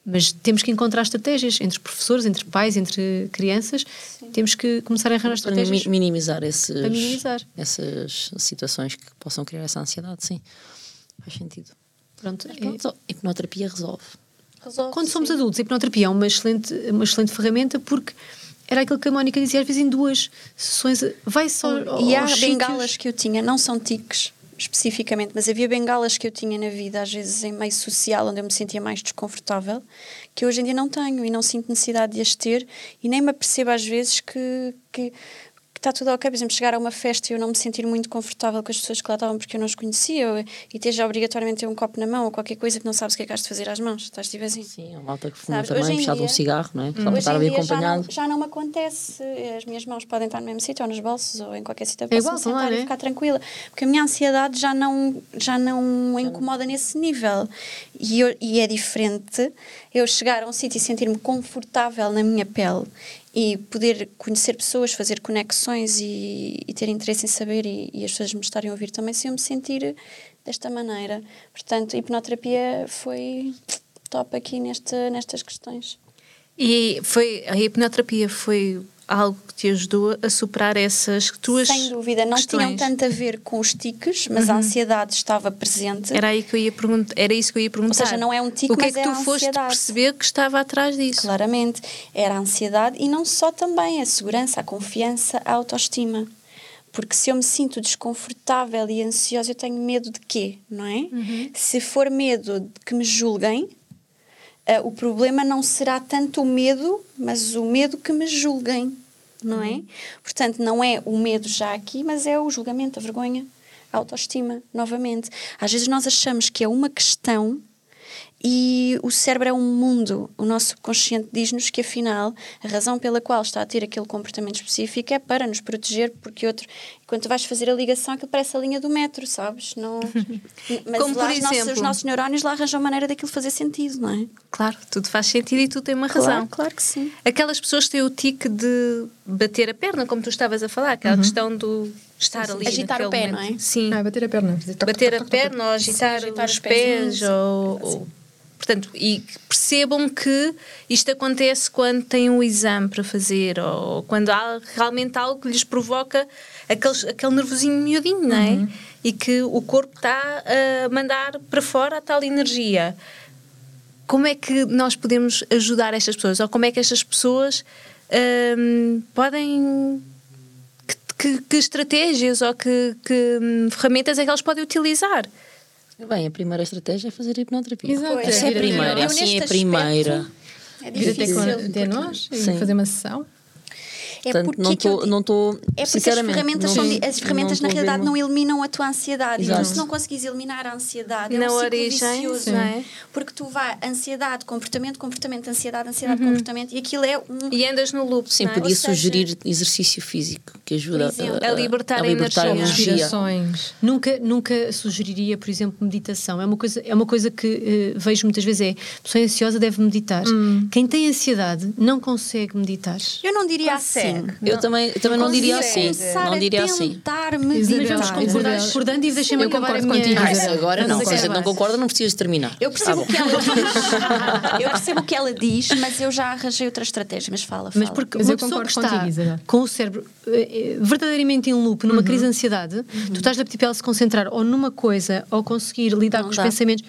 [SPEAKER 5] Mas temos que encontrar estratégias entre professores, entre pais, entre crianças. Temos que começar a arranjar
[SPEAKER 3] Para mi-
[SPEAKER 5] estratégias.
[SPEAKER 3] minimizar esses,
[SPEAKER 5] Para minimizar.
[SPEAKER 3] essas situações que possam criar essa ansiedade, sim. Faz sentido.
[SPEAKER 5] Pronto, é-
[SPEAKER 3] Pronto, a hipnoterapia resolve.
[SPEAKER 5] Quando somos adultos, a hipnoterapia é uma excelente, uma excelente ferramenta porque era aquilo que a Mónica dizia, às vezes em duas sessões, vai só
[SPEAKER 1] E há
[SPEAKER 5] aos sítios.
[SPEAKER 1] bengalas que eu tinha, não são tiques especificamente, mas havia bengalas que eu tinha na vida, às vezes em meio social, onde eu me sentia mais desconfortável, que hoje em dia não tenho e não sinto necessidade de as ter e nem me apercebo às vezes que. que que Está tudo ok, por exemplo, chegar a uma festa e eu não me sentir muito confortável com as pessoas que lá estavam porque eu não as conhecia ou- e ter já obrigatoriamente ter um copo na mão ou qualquer coisa que não sabes o que é que has de fazer às mãos. Estás tipo assim.
[SPEAKER 3] Sim, a malta que fuma
[SPEAKER 1] Sabes, hoje
[SPEAKER 3] também,
[SPEAKER 1] em
[SPEAKER 3] puxado um
[SPEAKER 1] dia- Hum.
[SPEAKER 3] cigarro, não é? Só para
[SPEAKER 1] Hoje
[SPEAKER 3] estar
[SPEAKER 1] em
[SPEAKER 3] bem
[SPEAKER 1] dia já não,
[SPEAKER 3] acompanhado.
[SPEAKER 1] já não me acontece. eh, As minhas mãos podem estar no mesmo sítio, ou nos bolsos, ou em qualquer sítio. Eu
[SPEAKER 5] É
[SPEAKER 1] posso
[SPEAKER 5] igual,
[SPEAKER 1] me
[SPEAKER 5] estão lá,
[SPEAKER 1] sentar
[SPEAKER 5] né?
[SPEAKER 1] e ficar tranquila. Porque a minha ansiedade já não, já não incomoda nesse nível. E, eu- e é diferente eu chegar a um sítio e sentir-me confortável na minha pele e poder conhecer pessoas, fazer conexões e, e ter interesse em saber e, e as pessoas me estarem a ouvir também se eu me sentir desta maneira. Portanto, a hipnoterapia foi top aqui nesta, nestas questões.
[SPEAKER 4] E foi, a hipnoterapia foi algo que te ajudou a superar essas tuas
[SPEAKER 1] Sem dúvida, não
[SPEAKER 4] questões. Uhum.
[SPEAKER 1] tinham tanto a ver com os tiques, mas a ansiedade estava presente.
[SPEAKER 4] Era, aí que eu ia perguntar, era isso que eu ia perguntar.
[SPEAKER 1] seja, não é um tique,
[SPEAKER 4] O que
[SPEAKER 1] mas
[SPEAKER 4] é
[SPEAKER 1] é
[SPEAKER 4] que
[SPEAKER 1] a
[SPEAKER 4] tu foste
[SPEAKER 1] ansiedade.
[SPEAKER 4] perceber que estava atrás disso?
[SPEAKER 1] Claramente, era a ansiedade e não só também a segurança, a confiança, a autoestima. Porque se eu me sinto desconfortável e ansiosa, eu tenho medo de quê, não é?
[SPEAKER 4] Uhum.
[SPEAKER 1] Se for medo de que me julguem, ah, o problema não será tanto o medo, mas o medo que me julguem, não é?
[SPEAKER 4] Uhum.
[SPEAKER 1] Portanto, não é o medo já aqui, mas é o julgamento, a vergonha, a autoestima, novamente. Às vezes nós achamos que é uma questão e o cérebro é um mundo. O nosso subconsciente diz-nos que, afinal, a razão pela qual está a ter aquele comportamento específico é para nos proteger, porque outro. Quando tu vais fazer a ligação, aquilo parece a linha do metro, sabes?
[SPEAKER 4] *laughs*
[SPEAKER 1] Não... Mas
[SPEAKER 4] Como
[SPEAKER 1] lá
[SPEAKER 4] por
[SPEAKER 1] os nossos- os
[SPEAKER 4] exemplo?
[SPEAKER 1] nossos neurónios lá arranjam maneira daquilo fazer sentido, não é?
[SPEAKER 4] Claro, tudo faz sentido e tu tens uma razão.
[SPEAKER 1] Claro, claro que sim.
[SPEAKER 4] Aquelas pessoas que têm o tique de bater a perna, como tu estavas a falar, aquela questão do estar ali.
[SPEAKER 1] Agitar o
[SPEAKER 4] naquele
[SPEAKER 1] pé,
[SPEAKER 4] momento.
[SPEAKER 1] não é?
[SPEAKER 4] Sim.
[SPEAKER 2] Uhum. Ah, bater a perna. fazer toc,
[SPEAKER 4] bater
[SPEAKER 2] toc,
[SPEAKER 4] a
[SPEAKER 2] toc, toc, toc.
[SPEAKER 4] perna ou agitar,
[SPEAKER 1] Agitar
[SPEAKER 4] os
[SPEAKER 1] os
[SPEAKER 4] pés é?
[SPEAKER 1] pezinhos,
[SPEAKER 4] ou, ou- portanto e que percebam que isto acontece quando têm um exame para fazer ou quando há realmente algo que lhes provoca aqueles, aquele nervosinho miudinho não é? e que o corpo está a mandar para fora a tal energia como é que nós podemos ajudar estas pessoas ou como é que estas pessoas hum, podem que, que- que estratégias ou que, que, hum, ferramentas é que eles podem utilizar?
[SPEAKER 3] Bem, a primeira estratégia é fazer a hipnoterapia.
[SPEAKER 2] Exato, Pois,
[SPEAKER 3] Essa é
[SPEAKER 2] é
[SPEAKER 3] a primeira,
[SPEAKER 2] primeira.
[SPEAKER 1] Eu
[SPEAKER 3] assim
[SPEAKER 1] neste
[SPEAKER 3] é a
[SPEAKER 1] aspecto,
[SPEAKER 3] primeira.
[SPEAKER 1] É
[SPEAKER 2] Vir até,
[SPEAKER 1] difícil.
[SPEAKER 2] com- até nós e
[SPEAKER 3] Sim.
[SPEAKER 2] fazer uma sessão.
[SPEAKER 3] Portanto,
[SPEAKER 1] porque
[SPEAKER 3] não
[SPEAKER 1] é que eu
[SPEAKER 3] estou,
[SPEAKER 1] digo-
[SPEAKER 3] não estou,
[SPEAKER 1] É porque as
[SPEAKER 3] sinceramente,
[SPEAKER 1] ferramentas,
[SPEAKER 3] não-
[SPEAKER 1] são di- as ferramentas
[SPEAKER 3] não
[SPEAKER 1] na
[SPEAKER 3] estou a ver
[SPEAKER 1] realidade
[SPEAKER 3] uma-
[SPEAKER 1] não eliminam a tua ansiedade.
[SPEAKER 3] Exato.
[SPEAKER 1] E tu, se não conseguires eliminar a ansiedade,
[SPEAKER 4] Na
[SPEAKER 1] é um ciclo
[SPEAKER 4] origem,
[SPEAKER 1] vicioso,
[SPEAKER 4] sim. não é?
[SPEAKER 1] Porque tu vai ansiedade, comportamento, comportamento, ansiedade, ansiedade, comportamento, e aquilo é um.
[SPEAKER 4] E andas no loop,
[SPEAKER 3] Sim,
[SPEAKER 4] não é?
[SPEAKER 3] podia
[SPEAKER 1] Ou seja-
[SPEAKER 3] sugerir exercício físico que ajuda
[SPEAKER 1] Por exemplo,
[SPEAKER 4] a libertar a energia.
[SPEAKER 2] Respirações.
[SPEAKER 5] Nunca, nunca sugeriria, por exemplo, meditação. É uma coisa, é uma coisa que eh, vejo muitas vezes: é a pessoa ansiosa deve meditar. Quem tem ansiedade não consegue meditar.
[SPEAKER 1] Eu não diria
[SPEAKER 4] Consegue.
[SPEAKER 1] assim.
[SPEAKER 3] Eu também, eu também não diria assim.
[SPEAKER 1] Começar
[SPEAKER 3] Não diria
[SPEAKER 1] a
[SPEAKER 3] assim.
[SPEAKER 1] tentar
[SPEAKER 5] Mas
[SPEAKER 1] meditar.
[SPEAKER 5] vamos
[SPEAKER 2] Isabel,
[SPEAKER 5] concordar
[SPEAKER 2] Isabel.
[SPEAKER 5] discordando e deixem-me
[SPEAKER 2] Eu
[SPEAKER 5] acabar a
[SPEAKER 2] concordo
[SPEAKER 5] minha...
[SPEAKER 2] contigo,
[SPEAKER 3] Ah,
[SPEAKER 2] Isabel.
[SPEAKER 3] isso agora não.
[SPEAKER 5] Vamos
[SPEAKER 3] Se a gente
[SPEAKER 5] acabar.
[SPEAKER 3] não concorda, não precisas terminar.
[SPEAKER 1] Eu percebo
[SPEAKER 3] Ah,
[SPEAKER 1] o que ela diz. *laughs* Eu percebo o que ela diz, mas eu já arranjei outra estratégia. Mas fala, fala.
[SPEAKER 5] Mas porque
[SPEAKER 2] Mas
[SPEAKER 5] uma
[SPEAKER 2] eu
[SPEAKER 5] pessoa
[SPEAKER 2] concordo
[SPEAKER 5] que está
[SPEAKER 2] contigo, Isabel. Uhum.
[SPEAKER 5] com o cérebro eh, eh, verdadeiramente em loop, numa crise de ansiedade, tu estás a pedir para ela se concentrar ou numa coisa ou conseguir lidar
[SPEAKER 1] Não
[SPEAKER 5] com os
[SPEAKER 1] dá.
[SPEAKER 5] pensamentos.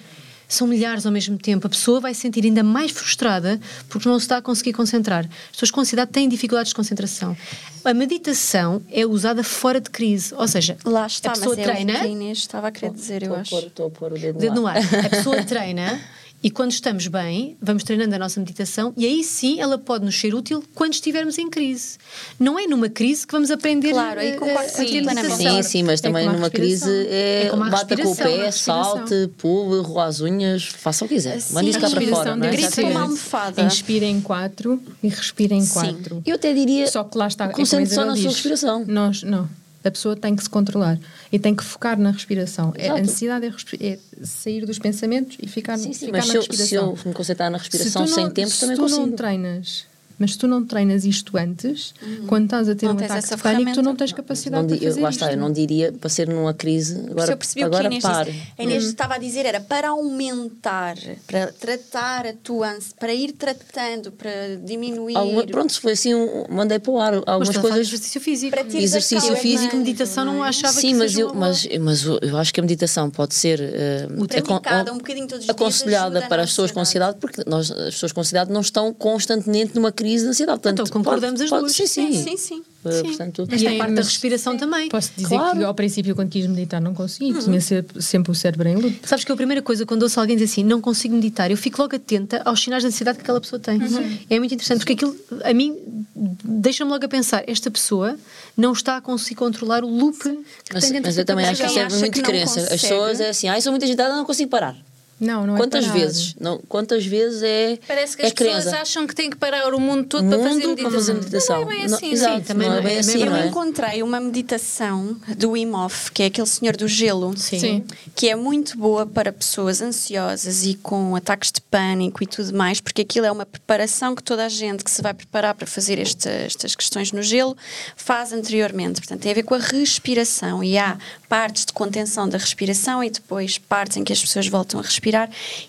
[SPEAKER 5] São milhares ao mesmo tempo. A pessoa vai se sentir ainda mais frustrada porque não se está a conseguir concentrar. As pessoas com ansiedade têm dificuldades de concentração. A meditação é usada fora de crise. Ou seja,
[SPEAKER 1] Lá está,
[SPEAKER 5] a
[SPEAKER 1] mas
[SPEAKER 5] pessoa
[SPEAKER 1] é o
[SPEAKER 5] treina,
[SPEAKER 1] que a Inês estava a querer dizer, eu
[SPEAKER 3] Estou a pôr-
[SPEAKER 1] acho.
[SPEAKER 3] estou a pôr o Tá dedo
[SPEAKER 5] Dedo
[SPEAKER 3] no
[SPEAKER 5] no
[SPEAKER 3] ar.
[SPEAKER 5] ar. A pessoa treina e quando estamos bem, vamos treinando a nossa meditação e aí sim ela pode nos ser útil quando estivermos em crise. Não é numa crise que vamos aprender
[SPEAKER 1] Claro, aí
[SPEAKER 5] eh,
[SPEAKER 1] concordo
[SPEAKER 5] a
[SPEAKER 1] contigo
[SPEAKER 5] ter
[SPEAKER 1] plenamente.
[SPEAKER 3] Sim,
[SPEAKER 5] meditação.
[SPEAKER 3] sim, mas
[SPEAKER 2] É
[SPEAKER 3] também
[SPEAKER 2] como a
[SPEAKER 3] numa
[SPEAKER 2] respiração.
[SPEAKER 3] crise é,
[SPEAKER 2] É como a
[SPEAKER 3] bata com o
[SPEAKER 2] respiração, a
[SPEAKER 3] pé,
[SPEAKER 2] respiração.
[SPEAKER 3] salte, pule, roa as unhas, faça o que quiser.
[SPEAKER 1] Sim,
[SPEAKER 3] Mande isso cá para
[SPEAKER 1] respiração
[SPEAKER 3] fora. Não é?
[SPEAKER 1] direta.
[SPEAKER 3] Exatamente.
[SPEAKER 1] Grita uma almofada.
[SPEAKER 2] Inspira em quatro e respira em quatro.
[SPEAKER 3] Eu até diria.
[SPEAKER 2] Só que lá está. é como a
[SPEAKER 3] Concentre só
[SPEAKER 2] Isabel
[SPEAKER 3] na
[SPEAKER 2] diz,
[SPEAKER 3] sua respiração.
[SPEAKER 2] Nós, não. A pessoa tem que se controlar e tem que focar na respiração. É, a
[SPEAKER 3] Exato.
[SPEAKER 2] ansiedade é, respi- é sair dos pensamentos e ficar,
[SPEAKER 3] Sim, sim,
[SPEAKER 2] ficar
[SPEAKER 3] mas
[SPEAKER 2] na
[SPEAKER 3] se eu, se
[SPEAKER 2] respiração.
[SPEAKER 3] eu me concentrar na
[SPEAKER 2] Se
[SPEAKER 3] respiração
[SPEAKER 2] tu não-
[SPEAKER 3] sem tempo,
[SPEAKER 2] se
[SPEAKER 3] também
[SPEAKER 2] tu
[SPEAKER 3] consigo.
[SPEAKER 2] não treinas, mas se tu não treinas isto antes, quando estás a ter
[SPEAKER 1] Uhum. Não
[SPEAKER 2] um
[SPEAKER 1] tens
[SPEAKER 2] ataque
[SPEAKER 1] essa
[SPEAKER 2] de pânico, tu não
[SPEAKER 1] ferramenta.
[SPEAKER 2] tens capacidade
[SPEAKER 3] Não
[SPEAKER 2] de
[SPEAKER 3] di-
[SPEAKER 2] fazer
[SPEAKER 3] eu, lá está,
[SPEAKER 2] isto.
[SPEAKER 3] eu não diria para ser numa crise.
[SPEAKER 1] Se
[SPEAKER 3] Agora,
[SPEAKER 1] eu percebi o
[SPEAKER 3] agora
[SPEAKER 1] que a Inês
[SPEAKER 3] pare.
[SPEAKER 1] disse. A Inês estava a dizer era para aumentar, para tratar a tua ansiedade, para ir tratando, para diminuir.
[SPEAKER 3] Alguma- pronto, se foi assim, um- mandei para o ar
[SPEAKER 5] Mas
[SPEAKER 3] algumas
[SPEAKER 5] tu fazes
[SPEAKER 3] coisas.
[SPEAKER 5] exercício físico.
[SPEAKER 1] Para ti-
[SPEAKER 3] Exercício
[SPEAKER 1] calma,
[SPEAKER 3] físico.
[SPEAKER 1] não é?
[SPEAKER 5] meditação não achava
[SPEAKER 3] Sim,
[SPEAKER 5] que
[SPEAKER 3] mas
[SPEAKER 5] seja
[SPEAKER 3] eu,
[SPEAKER 5] uma boa.
[SPEAKER 3] mas, mas eu- eu acho que a meditação pode ser eh,
[SPEAKER 1] Praticada
[SPEAKER 3] acon-
[SPEAKER 1] um bocadinho todos os dias,
[SPEAKER 3] aconselhada
[SPEAKER 1] ajuda na
[SPEAKER 3] para as pessoas com
[SPEAKER 1] ansiedade.
[SPEAKER 3] ansiedade, porque nós, as pessoas com ansiedade não estão constantemente numa crise de ansiedade. Portanto,
[SPEAKER 5] Então, concordamos
[SPEAKER 3] pode,
[SPEAKER 5] as
[SPEAKER 3] pode-
[SPEAKER 5] duas.
[SPEAKER 3] Sim, sim.
[SPEAKER 1] Sim, sim, sim.
[SPEAKER 3] Eh,
[SPEAKER 5] Sim.
[SPEAKER 3] portanto,
[SPEAKER 5] Esta
[SPEAKER 2] Sim,
[SPEAKER 5] parte da
[SPEAKER 2] mas-
[SPEAKER 5] respiração também.
[SPEAKER 2] Posso dizer
[SPEAKER 3] Claro. Uhum.
[SPEAKER 2] que ao princípio, quando quis meditar, não consegui. Tinha se- sempre o cérebro em loop.
[SPEAKER 5] Sabes que a primeira coisa quando ouço alguém dizer assim, não consigo meditar, eu fico logo atenta aos sinais de ansiedade que aquela pessoa tem.
[SPEAKER 1] Uhum.
[SPEAKER 5] É muito interessante, porque aquilo, a mim, deixa-me logo a pensar, esta pessoa não está a conseguir controlar o loop que
[SPEAKER 3] mas,
[SPEAKER 5] tem dentro
[SPEAKER 3] mas
[SPEAKER 5] da
[SPEAKER 3] eu também
[SPEAKER 5] cabeça
[SPEAKER 3] acho que
[SPEAKER 1] quem
[SPEAKER 3] isso
[SPEAKER 1] acha
[SPEAKER 3] é muito
[SPEAKER 1] que não
[SPEAKER 3] crença. As
[SPEAKER 1] consegue-
[SPEAKER 3] pessoas é assim, ai, sou muito agitada, não consigo parar.
[SPEAKER 2] Não, não é
[SPEAKER 3] quantas
[SPEAKER 2] parado.
[SPEAKER 3] vezes? Não, quantas vezes é,
[SPEAKER 4] Parece que
[SPEAKER 3] é
[SPEAKER 4] as pessoas
[SPEAKER 3] crença?
[SPEAKER 4] acham que têm que parar o mundo todo para fazer
[SPEAKER 3] mundo
[SPEAKER 4] meditação.
[SPEAKER 3] para fazer meditação.
[SPEAKER 4] Não é bem
[SPEAKER 3] Não-
[SPEAKER 4] assim,
[SPEAKER 3] exato,
[SPEAKER 4] sim.
[SPEAKER 5] também
[SPEAKER 3] não
[SPEAKER 5] não
[SPEAKER 3] é
[SPEAKER 5] é-
[SPEAKER 3] bem
[SPEAKER 5] também
[SPEAKER 3] assim,
[SPEAKER 5] não
[SPEAKER 1] Eu
[SPEAKER 3] não é?
[SPEAKER 1] encontrei uma meditação do Wim Hof, que é aquele senhor do gelo,
[SPEAKER 2] Sim.
[SPEAKER 1] que é muito boa para pessoas ansiosas e com ataques de pânico e tudo mais, porque aquilo é uma preparação que toda a gente que se vai preparar para fazer esta- estas questões no gelo faz anteriormente. Portanto, tem a ver com a respiração e há partes de contenção da respiração e depois partes em que as pessoas voltam a respirar.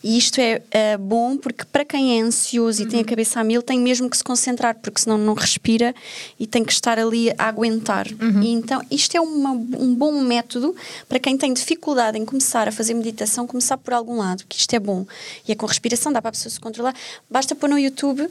[SPEAKER 1] E isto é eh, bom porque para quem é ansioso e tem a
[SPEAKER 5] Uhum.
[SPEAKER 1] cabeça a mil, tem mesmo que se concentrar, porque senão não respira e tem que estar ali a aguentar.
[SPEAKER 5] Uhum.
[SPEAKER 1] E então, isto é uma- um bom método para quem tem dificuldade em começar a fazer meditação, começar por algum lado, que isto é bom. E é com respiração, dá para a pessoa se controlar. Basta pôr no YouTube.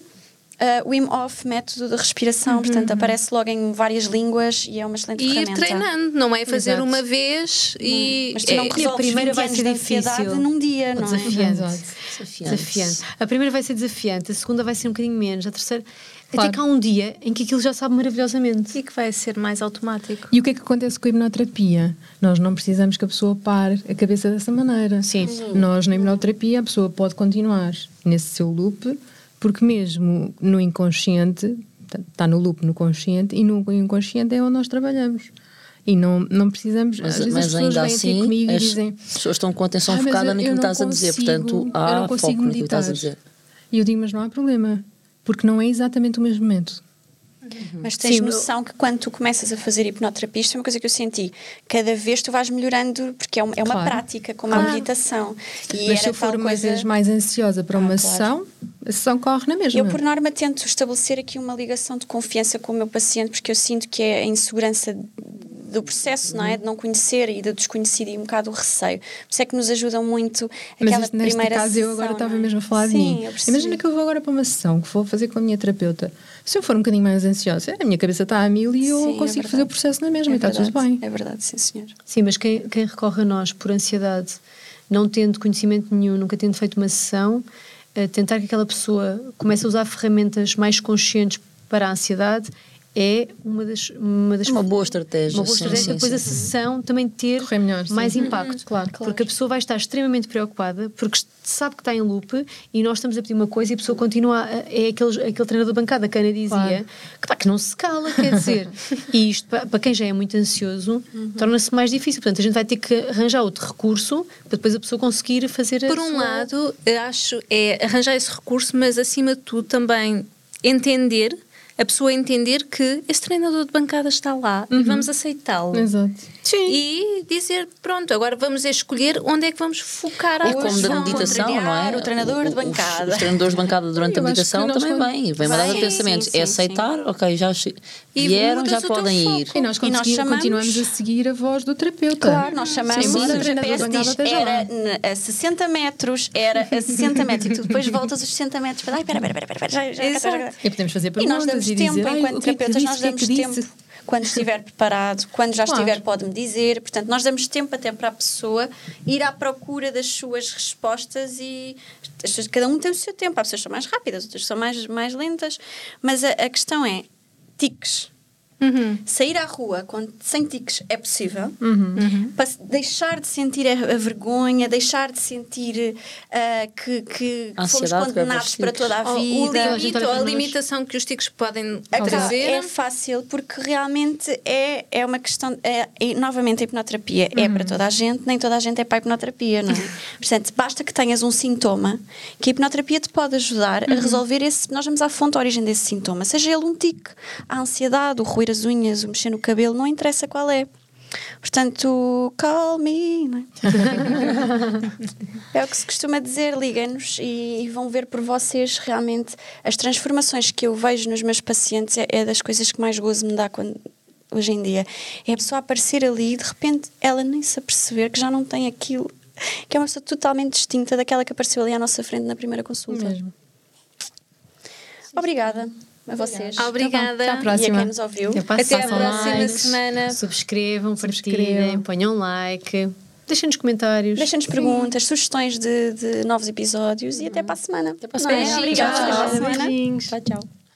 [SPEAKER 1] o Wim Hof, método de respiração,
[SPEAKER 5] Uhum.
[SPEAKER 1] portanto aparece logo em várias línguas e é uma excelente
[SPEAKER 4] E ir
[SPEAKER 1] ferramenta.
[SPEAKER 4] treinando, não é fazer
[SPEAKER 2] Exato.
[SPEAKER 4] uma vez e.
[SPEAKER 1] Hum. Mas tu não
[SPEAKER 4] é-
[SPEAKER 1] resolves
[SPEAKER 5] a primeira
[SPEAKER 1] 20
[SPEAKER 5] vai
[SPEAKER 1] anos
[SPEAKER 5] ser
[SPEAKER 1] de
[SPEAKER 5] difícil.
[SPEAKER 1] ansiedade num dia, não é?
[SPEAKER 5] Desafiante.
[SPEAKER 2] Exato.
[SPEAKER 3] Desafiante.
[SPEAKER 5] Desafiante. A primeira vai ser desafiante, a segunda vai ser um bocadinho menos, a terceira.
[SPEAKER 2] Claro.
[SPEAKER 5] Até que há um dia em que aquilo já sabe maravilhosamente.
[SPEAKER 4] E que vai ser mais automático.
[SPEAKER 2] E o que é que acontece com a hipnoterapia? Nós não precisamos que a pessoa pare a cabeça dessa maneira.
[SPEAKER 5] Sim.
[SPEAKER 2] Nós, na hipnoterapia, a pessoa pode continuar nesse seu loop, porque mesmo no inconsciente, está no loop no consciente, e no inconsciente é onde nós trabalhamos. E não, não precisamos. às
[SPEAKER 3] Mas,
[SPEAKER 2] vezes
[SPEAKER 3] mas
[SPEAKER 2] as pessoas
[SPEAKER 3] ainda
[SPEAKER 2] vêm
[SPEAKER 3] assim,
[SPEAKER 2] ter comigo
[SPEAKER 3] as
[SPEAKER 2] e dizem.
[SPEAKER 3] pessoas estão com atenção
[SPEAKER 2] "Ah, mas
[SPEAKER 3] É focada
[SPEAKER 2] eu-
[SPEAKER 3] naquilo
[SPEAKER 2] eu
[SPEAKER 3] que
[SPEAKER 2] não
[SPEAKER 3] estás a dizer.
[SPEAKER 2] consigo-
[SPEAKER 3] Portanto,
[SPEAKER 2] eu
[SPEAKER 3] há
[SPEAKER 2] não
[SPEAKER 3] foco
[SPEAKER 2] consigo
[SPEAKER 3] naquilo que
[SPEAKER 2] meditar.
[SPEAKER 3] estás a dizer.
[SPEAKER 2] E eu digo, mas não há problema, porque não é exatamente o mesmo momento.
[SPEAKER 1] Mas tens
[SPEAKER 5] Sim,
[SPEAKER 1] noção que quando tu começas a fazer hipnoterapia, isto é uma coisa que eu senti, cada vez tu vais melhorando, porque é, um- é uma
[SPEAKER 2] Claro. Ah.
[SPEAKER 1] prática, como a meditação. E
[SPEAKER 2] mas
[SPEAKER 1] era
[SPEAKER 2] se eu for
[SPEAKER 1] tal
[SPEAKER 2] uma
[SPEAKER 1] coisa... Ah,
[SPEAKER 2] vez mais ansiosa para uma
[SPEAKER 1] claro.
[SPEAKER 2] sessão, a sessão corre na mesma.
[SPEAKER 1] Eu, por norma, tento estabelecer aqui uma ligação de confiança com o meu paciente, porque eu sinto que é a insegurança do processo, não
[SPEAKER 2] Uhum.
[SPEAKER 1] é? De não conhecer e do desconhecido e um bocado o receio. Por isso é que nos ajudam muito
[SPEAKER 2] Mas
[SPEAKER 1] aquela
[SPEAKER 2] isto, neste
[SPEAKER 1] primeira
[SPEAKER 2] caso eu
[SPEAKER 1] sessão,
[SPEAKER 2] agora estava
[SPEAKER 1] não é?
[SPEAKER 2] mesmo a falar de
[SPEAKER 1] Sim,
[SPEAKER 2] mim.
[SPEAKER 1] eu percebi.
[SPEAKER 2] Imagina que eu vou agora para uma sessão que vou fazer com a minha terapeuta. Se eu for um bocadinho mais ansiosa, a minha cabeça está a mil e eu
[SPEAKER 1] Sim, é
[SPEAKER 2] consigo
[SPEAKER 1] verdade.
[SPEAKER 2] fazer o processo na mesma
[SPEAKER 1] É
[SPEAKER 2] e está tudo
[SPEAKER 1] verdade,
[SPEAKER 2] bem.
[SPEAKER 1] É verdade, sim, senhor.
[SPEAKER 5] Sim, mas quem, quem recorre a nós por ansiedade, não tendo conhecimento nenhum, nunca tendo feito uma sessão, eh, tentar que aquela pessoa comece a usar ferramentas mais conscientes para a ansiedade é uma das. Uma, das
[SPEAKER 3] Uma boa estratégia,
[SPEAKER 5] Uma boa
[SPEAKER 3] sim,
[SPEAKER 5] estratégia,
[SPEAKER 3] sim,
[SPEAKER 5] depois
[SPEAKER 3] sim,
[SPEAKER 5] a
[SPEAKER 3] sim.
[SPEAKER 5] sessão também ter
[SPEAKER 2] Correr melhor, sim.
[SPEAKER 5] mais
[SPEAKER 2] Uhum,
[SPEAKER 5] impacto.
[SPEAKER 2] claro.
[SPEAKER 5] Porque a pessoa vai estar extremamente preocupada, porque sabe que está em loop e nós estamos a pedir uma coisa e a pessoa continua. a- É aquele, aquele treinador de bancada que a Ana dizia,
[SPEAKER 2] Claro.
[SPEAKER 5] que, pá, que não se cala, quer
[SPEAKER 4] *laughs*
[SPEAKER 5] dizer. e isto, pa- para quem já é muito ansioso,
[SPEAKER 4] Uhum.
[SPEAKER 5] torna-se mais difícil. Portanto, a gente vai ter que arranjar outro recurso para depois a pessoa conseguir fazer a
[SPEAKER 4] Por um
[SPEAKER 5] sua-
[SPEAKER 4] lado, eu acho é arranjar esse recurso, mas acima de tudo também entender, a pessoa entender que esse treinador de bancada está lá
[SPEAKER 3] Uhum.
[SPEAKER 4] e vamos aceitá-lo.
[SPEAKER 2] Exato.
[SPEAKER 4] E dizer, pronto, agora vamos escolher onde é que vamos focar
[SPEAKER 2] Tá,
[SPEAKER 4] a
[SPEAKER 3] É como
[SPEAKER 2] um
[SPEAKER 4] atenção.
[SPEAKER 3] da meditação, não
[SPEAKER 1] contrariar
[SPEAKER 3] é?
[SPEAKER 1] o treinador de
[SPEAKER 3] Os-
[SPEAKER 1] bancada.
[SPEAKER 3] Os, treinadores de bancada durante
[SPEAKER 2] Eu
[SPEAKER 3] a
[SPEAKER 2] acho que
[SPEAKER 3] meditação
[SPEAKER 2] nós
[SPEAKER 3] também
[SPEAKER 2] quando-
[SPEAKER 3] vem. Vem uma data de
[SPEAKER 1] Sim,
[SPEAKER 3] pensamentos.
[SPEAKER 1] sim,
[SPEAKER 3] é
[SPEAKER 1] sim,
[SPEAKER 3] aceitar, ok, já che-
[SPEAKER 4] E
[SPEAKER 3] vieram,
[SPEAKER 4] mudas
[SPEAKER 3] já
[SPEAKER 4] o teu
[SPEAKER 3] podem ir.
[SPEAKER 4] foco.
[SPEAKER 2] E nós,
[SPEAKER 1] E nós
[SPEAKER 2] consegui-
[SPEAKER 1] chamamos-
[SPEAKER 2] continuamos a seguir a voz do terapeuta.
[SPEAKER 1] Claro, nós chamamos
[SPEAKER 2] Sim, sim.
[SPEAKER 1] o GPS
[SPEAKER 2] Treinador
[SPEAKER 1] diz
[SPEAKER 2] de
[SPEAKER 1] era
[SPEAKER 2] bancada
[SPEAKER 1] n- a 60 metros, era a 60 metros, e tu depois voltas os 60 metros para. Ai, pera, pera, pera, pera, pera, já, já, já, já, já.
[SPEAKER 4] Exato.
[SPEAKER 2] E podemos fazer
[SPEAKER 1] E
[SPEAKER 2] perguntas
[SPEAKER 1] nós damos
[SPEAKER 2] dizer,
[SPEAKER 1] tempo,
[SPEAKER 2] "Ai,
[SPEAKER 1] enquanto
[SPEAKER 2] o que é que
[SPEAKER 1] terapeutas,
[SPEAKER 2] disse?
[SPEAKER 1] nós
[SPEAKER 2] O que é
[SPEAKER 1] damos
[SPEAKER 2] que disse?"
[SPEAKER 1] tempo. Quando estiver preparado, quando já
[SPEAKER 2] Claro.
[SPEAKER 1] estiver, pode-me dizer. Portanto, nós damos tempo até para a pessoa ir à procura das suas respostas e as pessoas- cada um tem o seu tempo. Há pessoas que são mais rápidas, outras são mais, mais lentas. Mas a, a questão é tiques. Sair à rua com, sem tiques é possível.
[SPEAKER 3] Uhum.
[SPEAKER 4] Uhum.
[SPEAKER 1] Para se- deixar de sentir a, a vergonha, deixar de sentir ah, que, que
[SPEAKER 3] A
[SPEAKER 1] fomos
[SPEAKER 3] ansiedade que é vai
[SPEAKER 1] condenados para
[SPEAKER 3] para os tiques.
[SPEAKER 1] toda a
[SPEAKER 4] Ou Oh, o
[SPEAKER 1] vida.
[SPEAKER 5] a gente olha
[SPEAKER 4] limite
[SPEAKER 5] para
[SPEAKER 4] ou a
[SPEAKER 5] nós.
[SPEAKER 4] limitação que os ticos podem
[SPEAKER 1] Acaba-
[SPEAKER 4] trazer.
[SPEAKER 1] É fácil porque realmente é, é uma questão. É, é- novamente, a hipnoterapia é para toda a gente, nem toda a gente é para a hipnoterapia, não é? Portanto, basta que tenhas um sintoma que a hipnoterapia te pode ajudar a resolver esse. Nós vamos à fonte, à origem desse sintoma, seja ele um tique, a ansiedade, o roer as unhas, o mexer no cabelo, não interessa qual é. Portanto, call me. Não é? é o que se costuma dizer, liguem-nos e, e vão ver por vocês realmente as transformações que eu vejo nos meus pacientes é, é das coisas que mais gozo me dá quando- hoje em dia. É a pessoa aparecer ali e de repente ela nem se aperceber que já não tem aquilo, que é uma pessoa totalmente distinta daquela que apareceu ali à nossa frente na primeira consulta.
[SPEAKER 2] Mesmo.
[SPEAKER 1] Obrigada a vocês.
[SPEAKER 2] Tá
[SPEAKER 4] Obrigada.
[SPEAKER 2] bom. Até à
[SPEAKER 1] E é a
[SPEAKER 2] próxima.
[SPEAKER 1] quem nos ouviu.
[SPEAKER 5] Eu passo
[SPEAKER 4] Até à
[SPEAKER 5] passo
[SPEAKER 4] próxima
[SPEAKER 5] likes,
[SPEAKER 4] semana.
[SPEAKER 5] Subscrevam, partilhem,
[SPEAKER 2] Subscrevam.
[SPEAKER 5] ponham like, deixem nos comentários.
[SPEAKER 1] Deixem-nos perguntas, sugestões de, de novos episódios e até para a semana. Até para
[SPEAKER 3] a semana.
[SPEAKER 1] Obrigada.
[SPEAKER 5] Tchau.
[SPEAKER 1] Até para a semana.
[SPEAKER 5] Beijinhos.
[SPEAKER 3] Tchau, tchau.